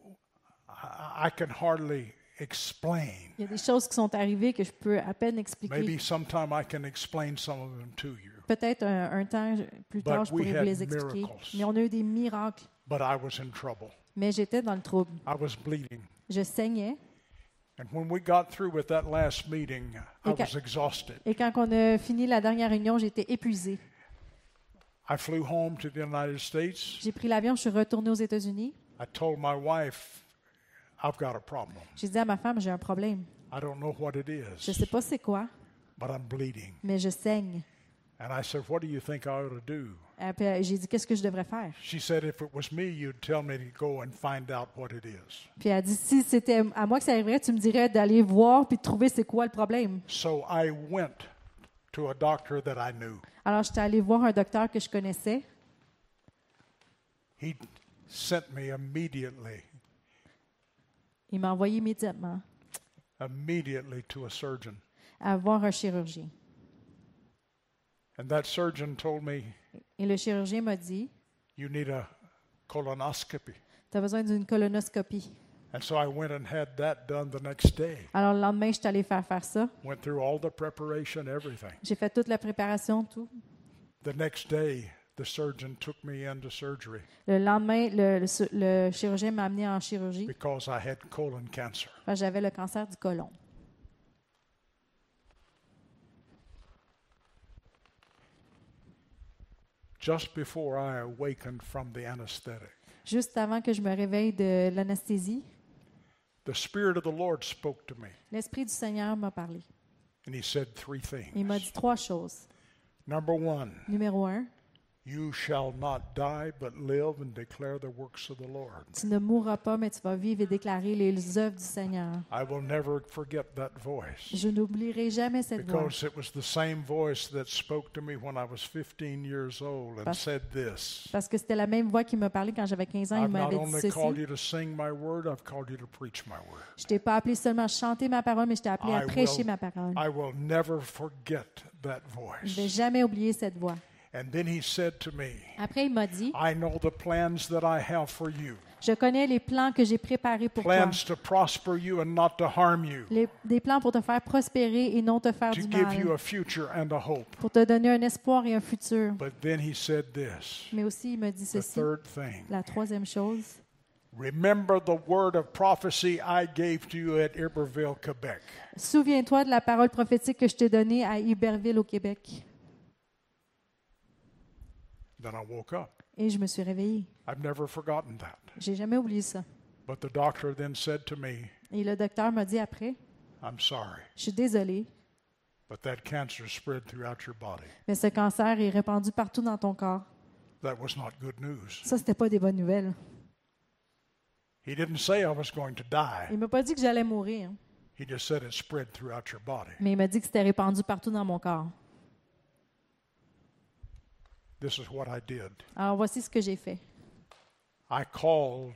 S1: uh, I I can hardly explain.
S2: Il y a des choses qui sont arrivées que je peux à peine
S1: Maybe
S2: expliquer.
S1: sometime I can explain some of them to you.
S2: Peut-être un, un temps je- plus
S1: But
S2: tard, je
S1: we
S2: pourrais
S1: had
S2: vous les expliquer.
S1: miracles.
S2: Mais on a eu des miracles.
S1: But I was in trouble,
S2: Mais j'étais dans le trouble.
S1: I was bleeding.
S2: Je saignais.
S1: And when we got through with that last meeting, I
S2: Okay.
S1: was exhausted.
S2: Et quand on a fini la dernière réunion, j'étais épuisée.
S1: I flew home to the United States.
S2: J'ai pris l'avion, je suis retournée aux États-Unis.
S1: I told my wife, I've got a problem.
S2: J'ai dit à ma femme J'ai un problème.
S1: I don't know what it
S2: Je
S1: is,
S2: sais pas c'est quoi,
S1: but I'm bleeding.
S2: mais je saigne.
S1: And I said, What do you think I ought to do?
S2: Euh, puis, euh, J'ai dit Qu'est-ce que je devrais faire
S1: She said, If it was me, you'd tell me to go and find out what it is.
S2: Puis elle a dit Si c'était à moi que ça arriverait, tu me dirais d'aller voir puis de trouver c'est quoi le problème.
S1: So I went to a doctor that I knew.
S2: Alors j'étais allée voir un docteur que je connaissais.
S1: He sent me immediately,
S2: Il m'a envoyé immédiatement
S1: immediately to a surgeon.
S2: à voir un chirurgien.
S1: And that surgeon told me,
S2: Et le chirurgien m'a dit
S1: You need a colonoscopy.
S2: Tu as besoin d'une colonoscopie.
S1: And so I went and had that done the next day.
S2: Alors le lendemain, je suis allée faire faire ça.
S1: Went through all the preparation, everything.
S2: J'ai fait toute la préparation, tout.
S1: The next day, the surgeon took me into surgery
S2: Le lendemain, le, le su- le chirurgien m'a amené en chirurgie.
S1: because I had colon cancer.
S2: parce que J'avais le cancer du côlon.
S1: Just before I awakened from the anesthetic,
S2: Juste avant que je me réveille de l'anesthésie,
S1: the Spirit of the Lord spoke to me,
S2: l'Esprit du Seigneur m'a parlé.
S1: and He said three
S2: Il m'a
S1: things.
S2: dit trois choses.
S1: Number one,
S2: Numéro un,
S1: you shall not die but live and declare the works of the Lord.
S2: tu ne mourras pas, mais tu vas vivre et déclarer les œuvres du Seigneur.
S1: I will never forget that voice
S2: Je n'oublierai jamais cette voix.
S1: because it was the same voice that spoke to me when I was 15 years old and
S2: Parce-
S1: said this.
S2: Parce que c'était la même voix qui me parlait quand j'avais 15 ans. Il
S1: I've not
S2: m'avait dit
S1: only called
S2: ceci.
S1: you to sing my word, I've called you to preach my word.
S2: Je t'ai pas appelé seulement à chanter ma parole, mais je t'ai appelé
S1: I
S2: à prêcher
S1: will-
S2: ma parole.
S1: I will never forget that
S2: Je vais
S1: voice.
S2: jamais oublier cette voix.
S1: And then he said to me,
S2: Après, il m'a dit,
S1: I know the plans that I have for you
S2: je connais les plans que j'ai préparés pour toi.
S1: plans to prosper you and not to harm you,
S2: Les- des plans pour te faire prospérer et non te faire
S1: to
S2: du
S1: give you
S2: mal.
S1: a future and a hope.
S2: Pour te donner un espoir et un futur.
S1: But then he said this
S2: Mais aussi, il me dit
S1: the
S2: ceci.
S1: third thing
S2: La troisième chose,
S1: remember the word of prophecy I gave to you at Iberville, Quebec.
S2: souviens-toi de la parole prophétique que je t'ai donnée à Iberville au Québec.
S1: Then I woke up.
S2: Et je me suis réveillée.
S1: I've never forgotten that.
S2: J'ai jamais oublié ça.
S1: But the doctor then said to me,
S2: Et le docteur m'a dit après,
S1: I'm sorry,
S2: je suis désolée,
S1: but that cancer spread throughout your body.
S2: mais ce cancer est répandu partout dans ton corps.
S1: That was not good news.
S2: Ça, c'était pas des bonnes nouvelles.
S1: He didn't say I was going to die.
S2: Il m'a pas dit que j'allais mourir, hein,
S1: He just said it spread throughout your body.
S2: mais il m'a dit que c'était répandu partout dans mon corps.
S1: This is what I did.
S2: Alors voici ce que j'ai fait.
S1: I called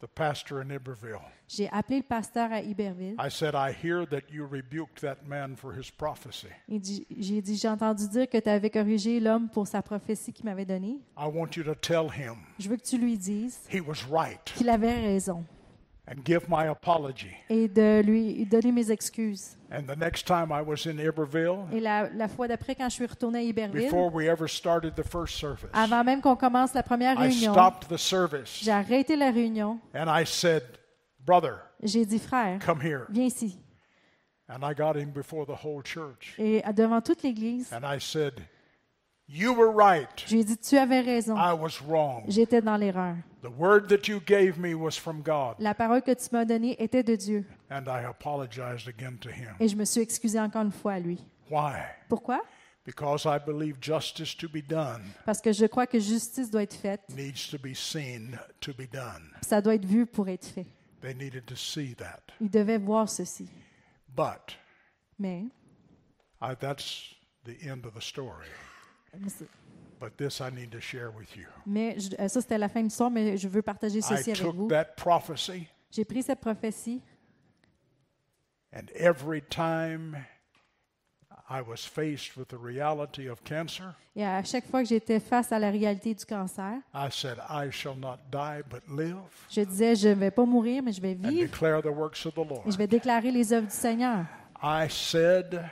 S1: the pastor in Iberville.
S2: J'ai appelé le pasteur à Iberville.
S1: I said, I hear that you rebuked that man for his prophecy.
S2: Il dit- J'ai dit, j'ai entendu dire que tu avais corrigé l'homme pour sa prophétie qu'il m'avait donnée.
S1: I want you to tell him
S2: Je veux que tu lui dises
S1: he was right
S2: qu'il avait raison
S1: and give my apology.
S2: et de lui donner mes excuses.
S1: And the next time I was in Iberville,
S2: Et la, la fois d'après, quand je suis retournée à Iberville,
S1: before we ever started the first service,
S2: avant même qu'on commence la première
S1: I
S2: réunion,
S1: stopped the service
S2: j'ai arrêté la réunion.
S1: and I said, Brother,
S2: J'ai dit, frère,
S1: come here.
S2: viens ici.
S1: And I got him before the whole church.
S2: Et devant toute l'Église,
S1: And I said, You were right.
S2: je lui ai dit, tu avais raison.
S1: I was wrong.
S2: J'étais dans l'erreur.
S1: The word that you gave me was from God.
S2: La parole que tu m'as donnée était de Dieu.
S1: And I apologized again to him.
S2: Et je me suis excusée encore une fois à lui.
S1: Why?
S2: Pourquoi?
S1: Because I believe justice to be done
S2: Parce que je crois que justice doit être faite.
S1: needs to be seen to be done.
S2: Ça doit être vu pour être fait.
S1: They needed to see that.
S2: Il devait voir ceci.
S1: But
S2: Mais,
S1: I, that's the end of the story. But this I need to share with you.
S2: mais je- euh, ça, c'était la fin de l'histoire, mais je veux partager
S1: I
S2: ceci avec
S1: took
S2: vous.
S1: that prophecy,
S2: J'ai pris cette prophétie
S1: and every time I was faced with the reality of cancer,
S2: et à chaque fois que j'étais face à la réalité du cancer,
S1: I said, I shall not die but live
S2: je disais, je ne vais pas mourir, mais je vais
S1: and
S2: vivre
S1: declare the works of the
S2: et je
S1: Lord.
S2: vais déclarer les œuvres du Seigneur.
S1: I said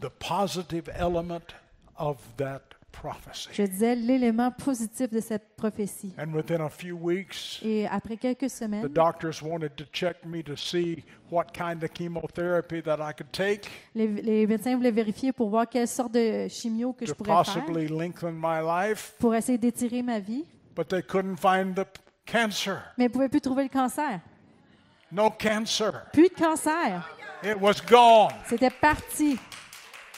S1: the positive element of that prophecy.
S2: Je disais l'élément positif de cette prophétie.
S1: And within a few weeks,
S2: Et après quelques
S1: the
S2: semaines,
S1: doctors wanted to check me to see what kind of chemotherapy that I could take
S2: les, les médecins voulaient vérifier pour voir quelle sorte de chimio que je
S1: to
S2: pourrais faire
S1: possibly lengthen my life,
S2: pour essayer d'étirer ma vie,
S1: but they couldn't find the p- cancer.
S2: mais ils ne pouvaient plus trouver le cancer.
S1: No cancer.
S2: Plus de cancer.
S1: It was gone.
S2: C'était parti.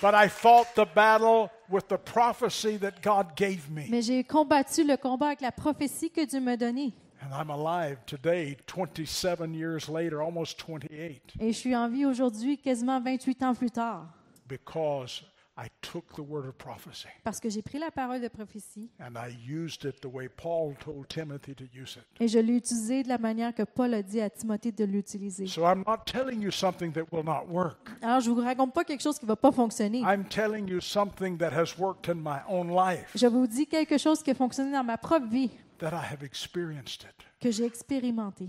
S1: But I fought the battle with the prophecy that God gave me.
S2: Mais j'ai combattu le combat avec la prophétie que Dieu m'a donnée.
S1: And I'm alive today, 27 years later, almost 28,
S2: Et je suis en vie aujourd'hui, quasiment 28 ans plus tard,
S1: because I took the word of prophecy
S2: parce que j'ai pris la parole de prophétie
S1: and I used it the way Paul told Timothy to use it.
S2: et je l'ai utilisée de la manière que Paul a dit à Timothée de l'utiliser.
S1: So I'm not telling you something that will not work.
S2: Alors, je ne vous raconte pas quelque chose qui ne va pas fonctionner.
S1: I'm telling you something that has worked in my own life,
S2: Je vous dis quelque chose qui a fonctionné dans ma propre vie,
S1: that I have experienced it.
S2: que j'ai expérimenté.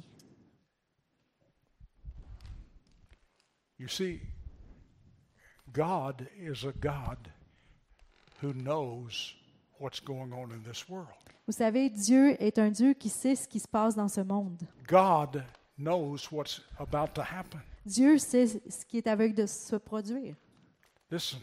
S1: You see, God is a God who knows what's going on in this world.
S2: Vous savez, Dieu est un Dieu qui sait ce qui se passe dans ce monde.
S1: God knows what's about to happen.
S2: Dieu sait ce qui est aveugle de se produire.
S1: Listen,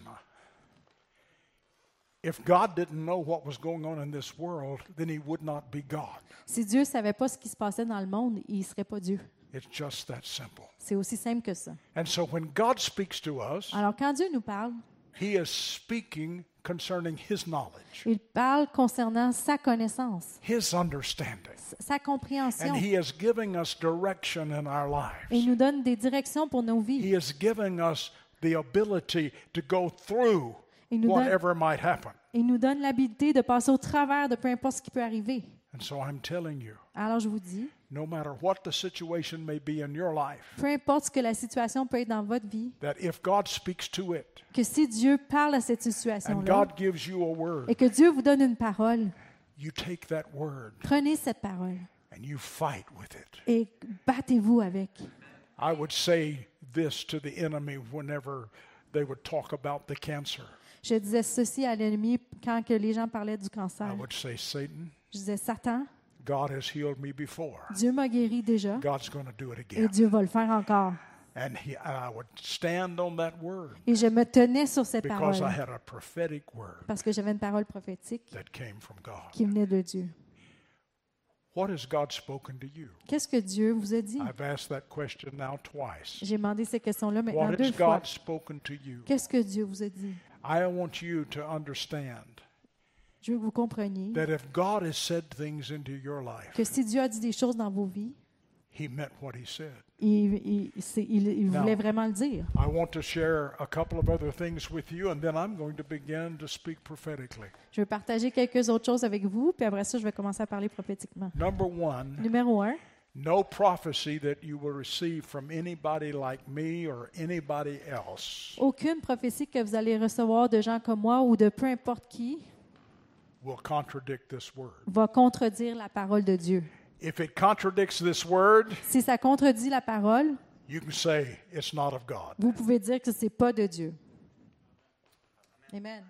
S1: if God didn't know what was going on in this world, then he would not be God.
S2: Si Dieu ne savait pas ce qui se passait dans le monde, il ne serait pas Dieu.
S1: It's just that simple.
S2: C'est aussi simple que ça.
S1: And so when God speaks to us,
S2: Alors, quand Dieu nous parle,
S1: he is speaking concerning his knowledge,
S2: il parle concernant sa connaissance,
S1: his understanding,
S2: sa compréhension.
S1: and he is giving us direction in our
S2: Et il
S1: lives.
S2: nous donne des directions pour nos vies.
S1: He is giving us the ability to go through
S2: Il nous donne-
S1: whatever might happen.
S2: Il nous donne l'habilité de passer au travers de peu importe ce qui peut arriver.
S1: And so I'm telling you,
S2: Alors, je vous dis,
S1: no matter what the situation may be in your life,
S2: peu importe ce que la situation peut être dans votre vie,
S1: that if God speaks to it
S2: que si Dieu parle à cette
S1: and
S2: situation-là
S1: God gives you a word,
S2: et que Dieu vous donne une parole,
S1: you take that word
S2: prenez cette parole
S1: and you fight with it.
S2: et battez-vous avec.
S1: I would say this to the enemy whenever they would talk about the cancer.
S2: Je disais ceci à l'ennemi quand que les gens parlaient du
S1: I
S2: cancer.
S1: would say, Satan,
S2: Je disais, Satan,
S1: God has healed me before.
S2: Dieu m'a guéri déjà
S1: God's going to do it
S2: et
S1: again.
S2: Dieu va le faire encore.
S1: And, he, and I would stand on that word
S2: Et je me tenais sur cette
S1: because I
S2: parole
S1: had a prophetic word
S2: parce que j'avais une parole prophétique
S1: that came from God.
S2: qui venait de Dieu.
S1: What has God spoken to you?
S2: Qu'est-ce que Dieu vous a dit?
S1: I've asked that question now twice.
S2: J'ai demandé ces questions-là maintenant
S1: What has
S2: deux fois.
S1: God spoken to you?
S2: Qu'est-ce que Dieu vous a dit?
S1: I want you to understand
S2: Je veux que vous compreniez
S1: Ben, that if God has said things into your life,
S2: que si Dieu a dit des choses dans vos vies,
S1: he meant what he said.
S2: Il, il- c'est- il- il
S1: Non.
S2: voulait vraiment le dire.
S1: I want to share a couple of other things with you, and then I'm going to begin to speak prophetically.
S2: Je vais partager quelques autres choses avec vous, puis après ça, je vais commencer à parler prophétiquement.
S1: Number one,
S2: Numéro un,
S1: no prophecy that you will receive from anybody like me or anybody else
S2: aucune prophétie que vous allez recevoir de gens comme moi ou de peu importe qui
S1: will contradict this word.
S2: va contredire la parole de Dieu.
S1: If it contradicts this word,
S2: Si ça contredit la parole,
S1: you can say it's not of God.
S2: vous pouvez dire que ce n'est pas de Dieu. Amen.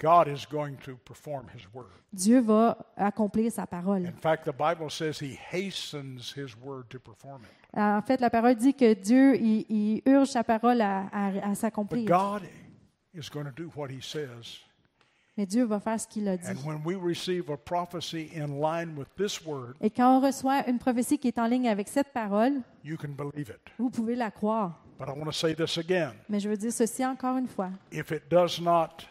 S1: God is going to perform his word.
S2: Dieu va accomplir sa parole.
S1: In fact, the Bible says he hastens his word to perform it.
S2: En fait, la parole dit que Dieu, il, il urge sa parole à, à- à
S1: But
S2: s'accomplir.
S1: God is going to do what he says.
S2: Mais Dieu va faire ce qu'il a dit.
S1: And when we receive a prophecy in line with this word,
S2: Et quand on reçoit une prophétie qui est en ligne avec cette parole,
S1: you can believe it.
S2: vous pouvez la croire.
S1: But I want to say this again.
S2: Mais je veux dire ceci encore une fois.
S1: If it does not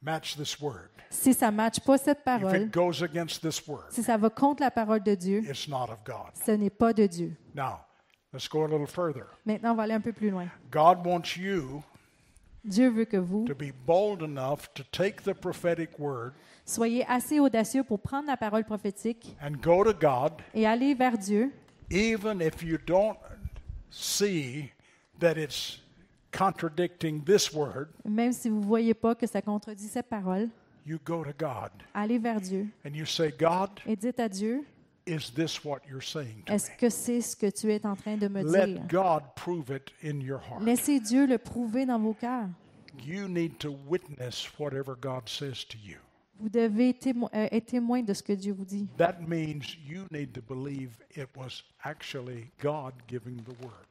S1: match this word,
S2: Si ça ne matche pas cette
S1: if
S2: parole,
S1: it goes against this word,
S2: si ça va contre la parole de Dieu,
S1: it's not of God.
S2: ce n'est pas de Dieu.
S1: Now, let's go a little further.
S2: Maintenant, on va aller un peu plus loin.
S1: God wants you
S2: Dieu veut que vous
S1: to be bold enough to take the prophetic word
S2: soyez assez audacieux pour prendre la parole prophétique
S1: and go to God,
S2: et aller vers Dieu,
S1: even if you don't see that it's contradicting this word.
S2: même si vous ne voyez pas que ça contredit cette parole.
S1: You go to God
S2: Allez vers Dieu
S1: and you say, God,
S2: et dites à Dieu,
S1: is this what you're saying to me?
S2: est-ce que c'est ce que tu es en train de me dire?
S1: Let God prove it in your heart.
S2: Laissez Dieu le prouver dans vos cœurs.
S1: You need to witness whatever God says to you.
S2: Vous devez témo- euh, être témoin de ce que Dieu vous dit.
S1: That means you need to believe it was actually God giving the word.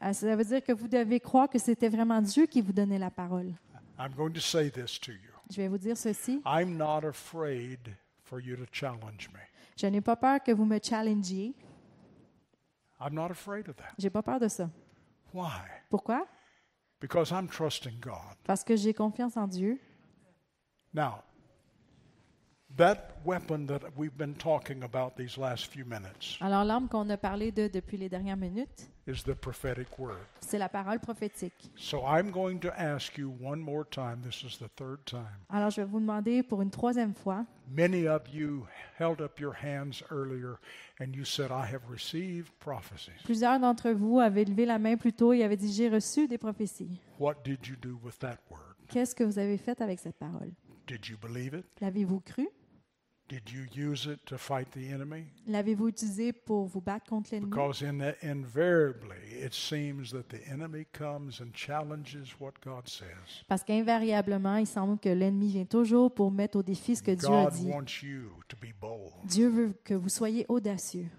S2: Euh, Ça veut dire que vous devez croire que c'était vraiment Dieu qui vous donnait la parole.
S1: I'm going to say this to you.
S2: Je vais vous dire ceci.
S1: I'm not afraid for you to challenge me.
S2: Je n'ai pas peur que vous me challengiez.
S1: I'm not afraid of that.
S2: J'ai pas peur de ça.
S1: Why?
S2: Pourquoi?
S1: Because I'm trusting God.
S2: Parce que j'ai confiance en Dieu.
S1: Now, that weapon that we've been talking about these last few minutes
S2: Alors l'arme qu'on a parlé de depuis les dernières minutes,
S1: is the prophetic word.
S2: c'est la parole prophétique.
S1: So I'm going to ask you one more time. This is the third time.
S2: Alors je vais vous demander pour une troisième fois,
S1: Many of you held up your hands earlier and you said, I have received prophecies.
S2: plusieurs d'entre vous avaient levé la main plus tôt et avaient dit j'ai reçu des prophéties.
S1: What did you do with that word?
S2: Qu'est-ce que vous avez fait avec cette parole?
S1: Did you believe it?
S2: L'avez-vous cru?
S1: Did you use it to fight the enemy?
S2: L'avez-vous utilisé pour vous battre contre l'ennemi?
S1: Because in the, invariably, it seems that the enemy comes and challenges what God says.
S2: Parce qu'invariablement, il semble que l'ennemi vient toujours pour mettre au défi ce que Dieu a
S1: God
S2: dit.
S1: wants you to be bold.
S2: Dieu veut que vous soyez audacieux.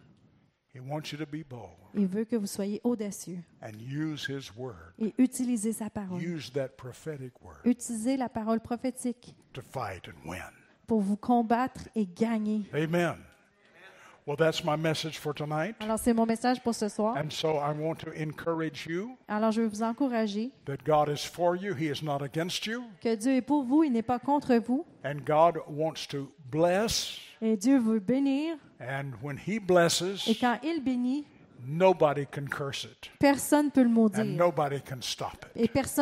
S1: He wants you to be bold
S2: Il veut que vous soyez audacieux
S1: and use His word.
S2: et utilisez sa parole.
S1: Use that prophetic word
S2: Utilisez la parole prophétique
S1: to fight and win.
S2: pour vous combattre et gagner.
S1: Amen. Well, that's my message for tonight.
S2: Alors, c'est mon message pour ce soir.
S1: And so I want to encourage you
S2: Alors, je veux vous encourager
S1: that God is for you, He is not against you,
S2: que Dieu est pour vous, il n'est pas contre vous.
S1: and God wants to bless.
S2: Et Dieu veut bénir.
S1: And when He blesses,
S2: Et quand il bénit,
S1: nobody can curse it,
S2: personne ne peut le
S1: and
S2: maudire.
S1: nobody can stop it.
S2: Et personne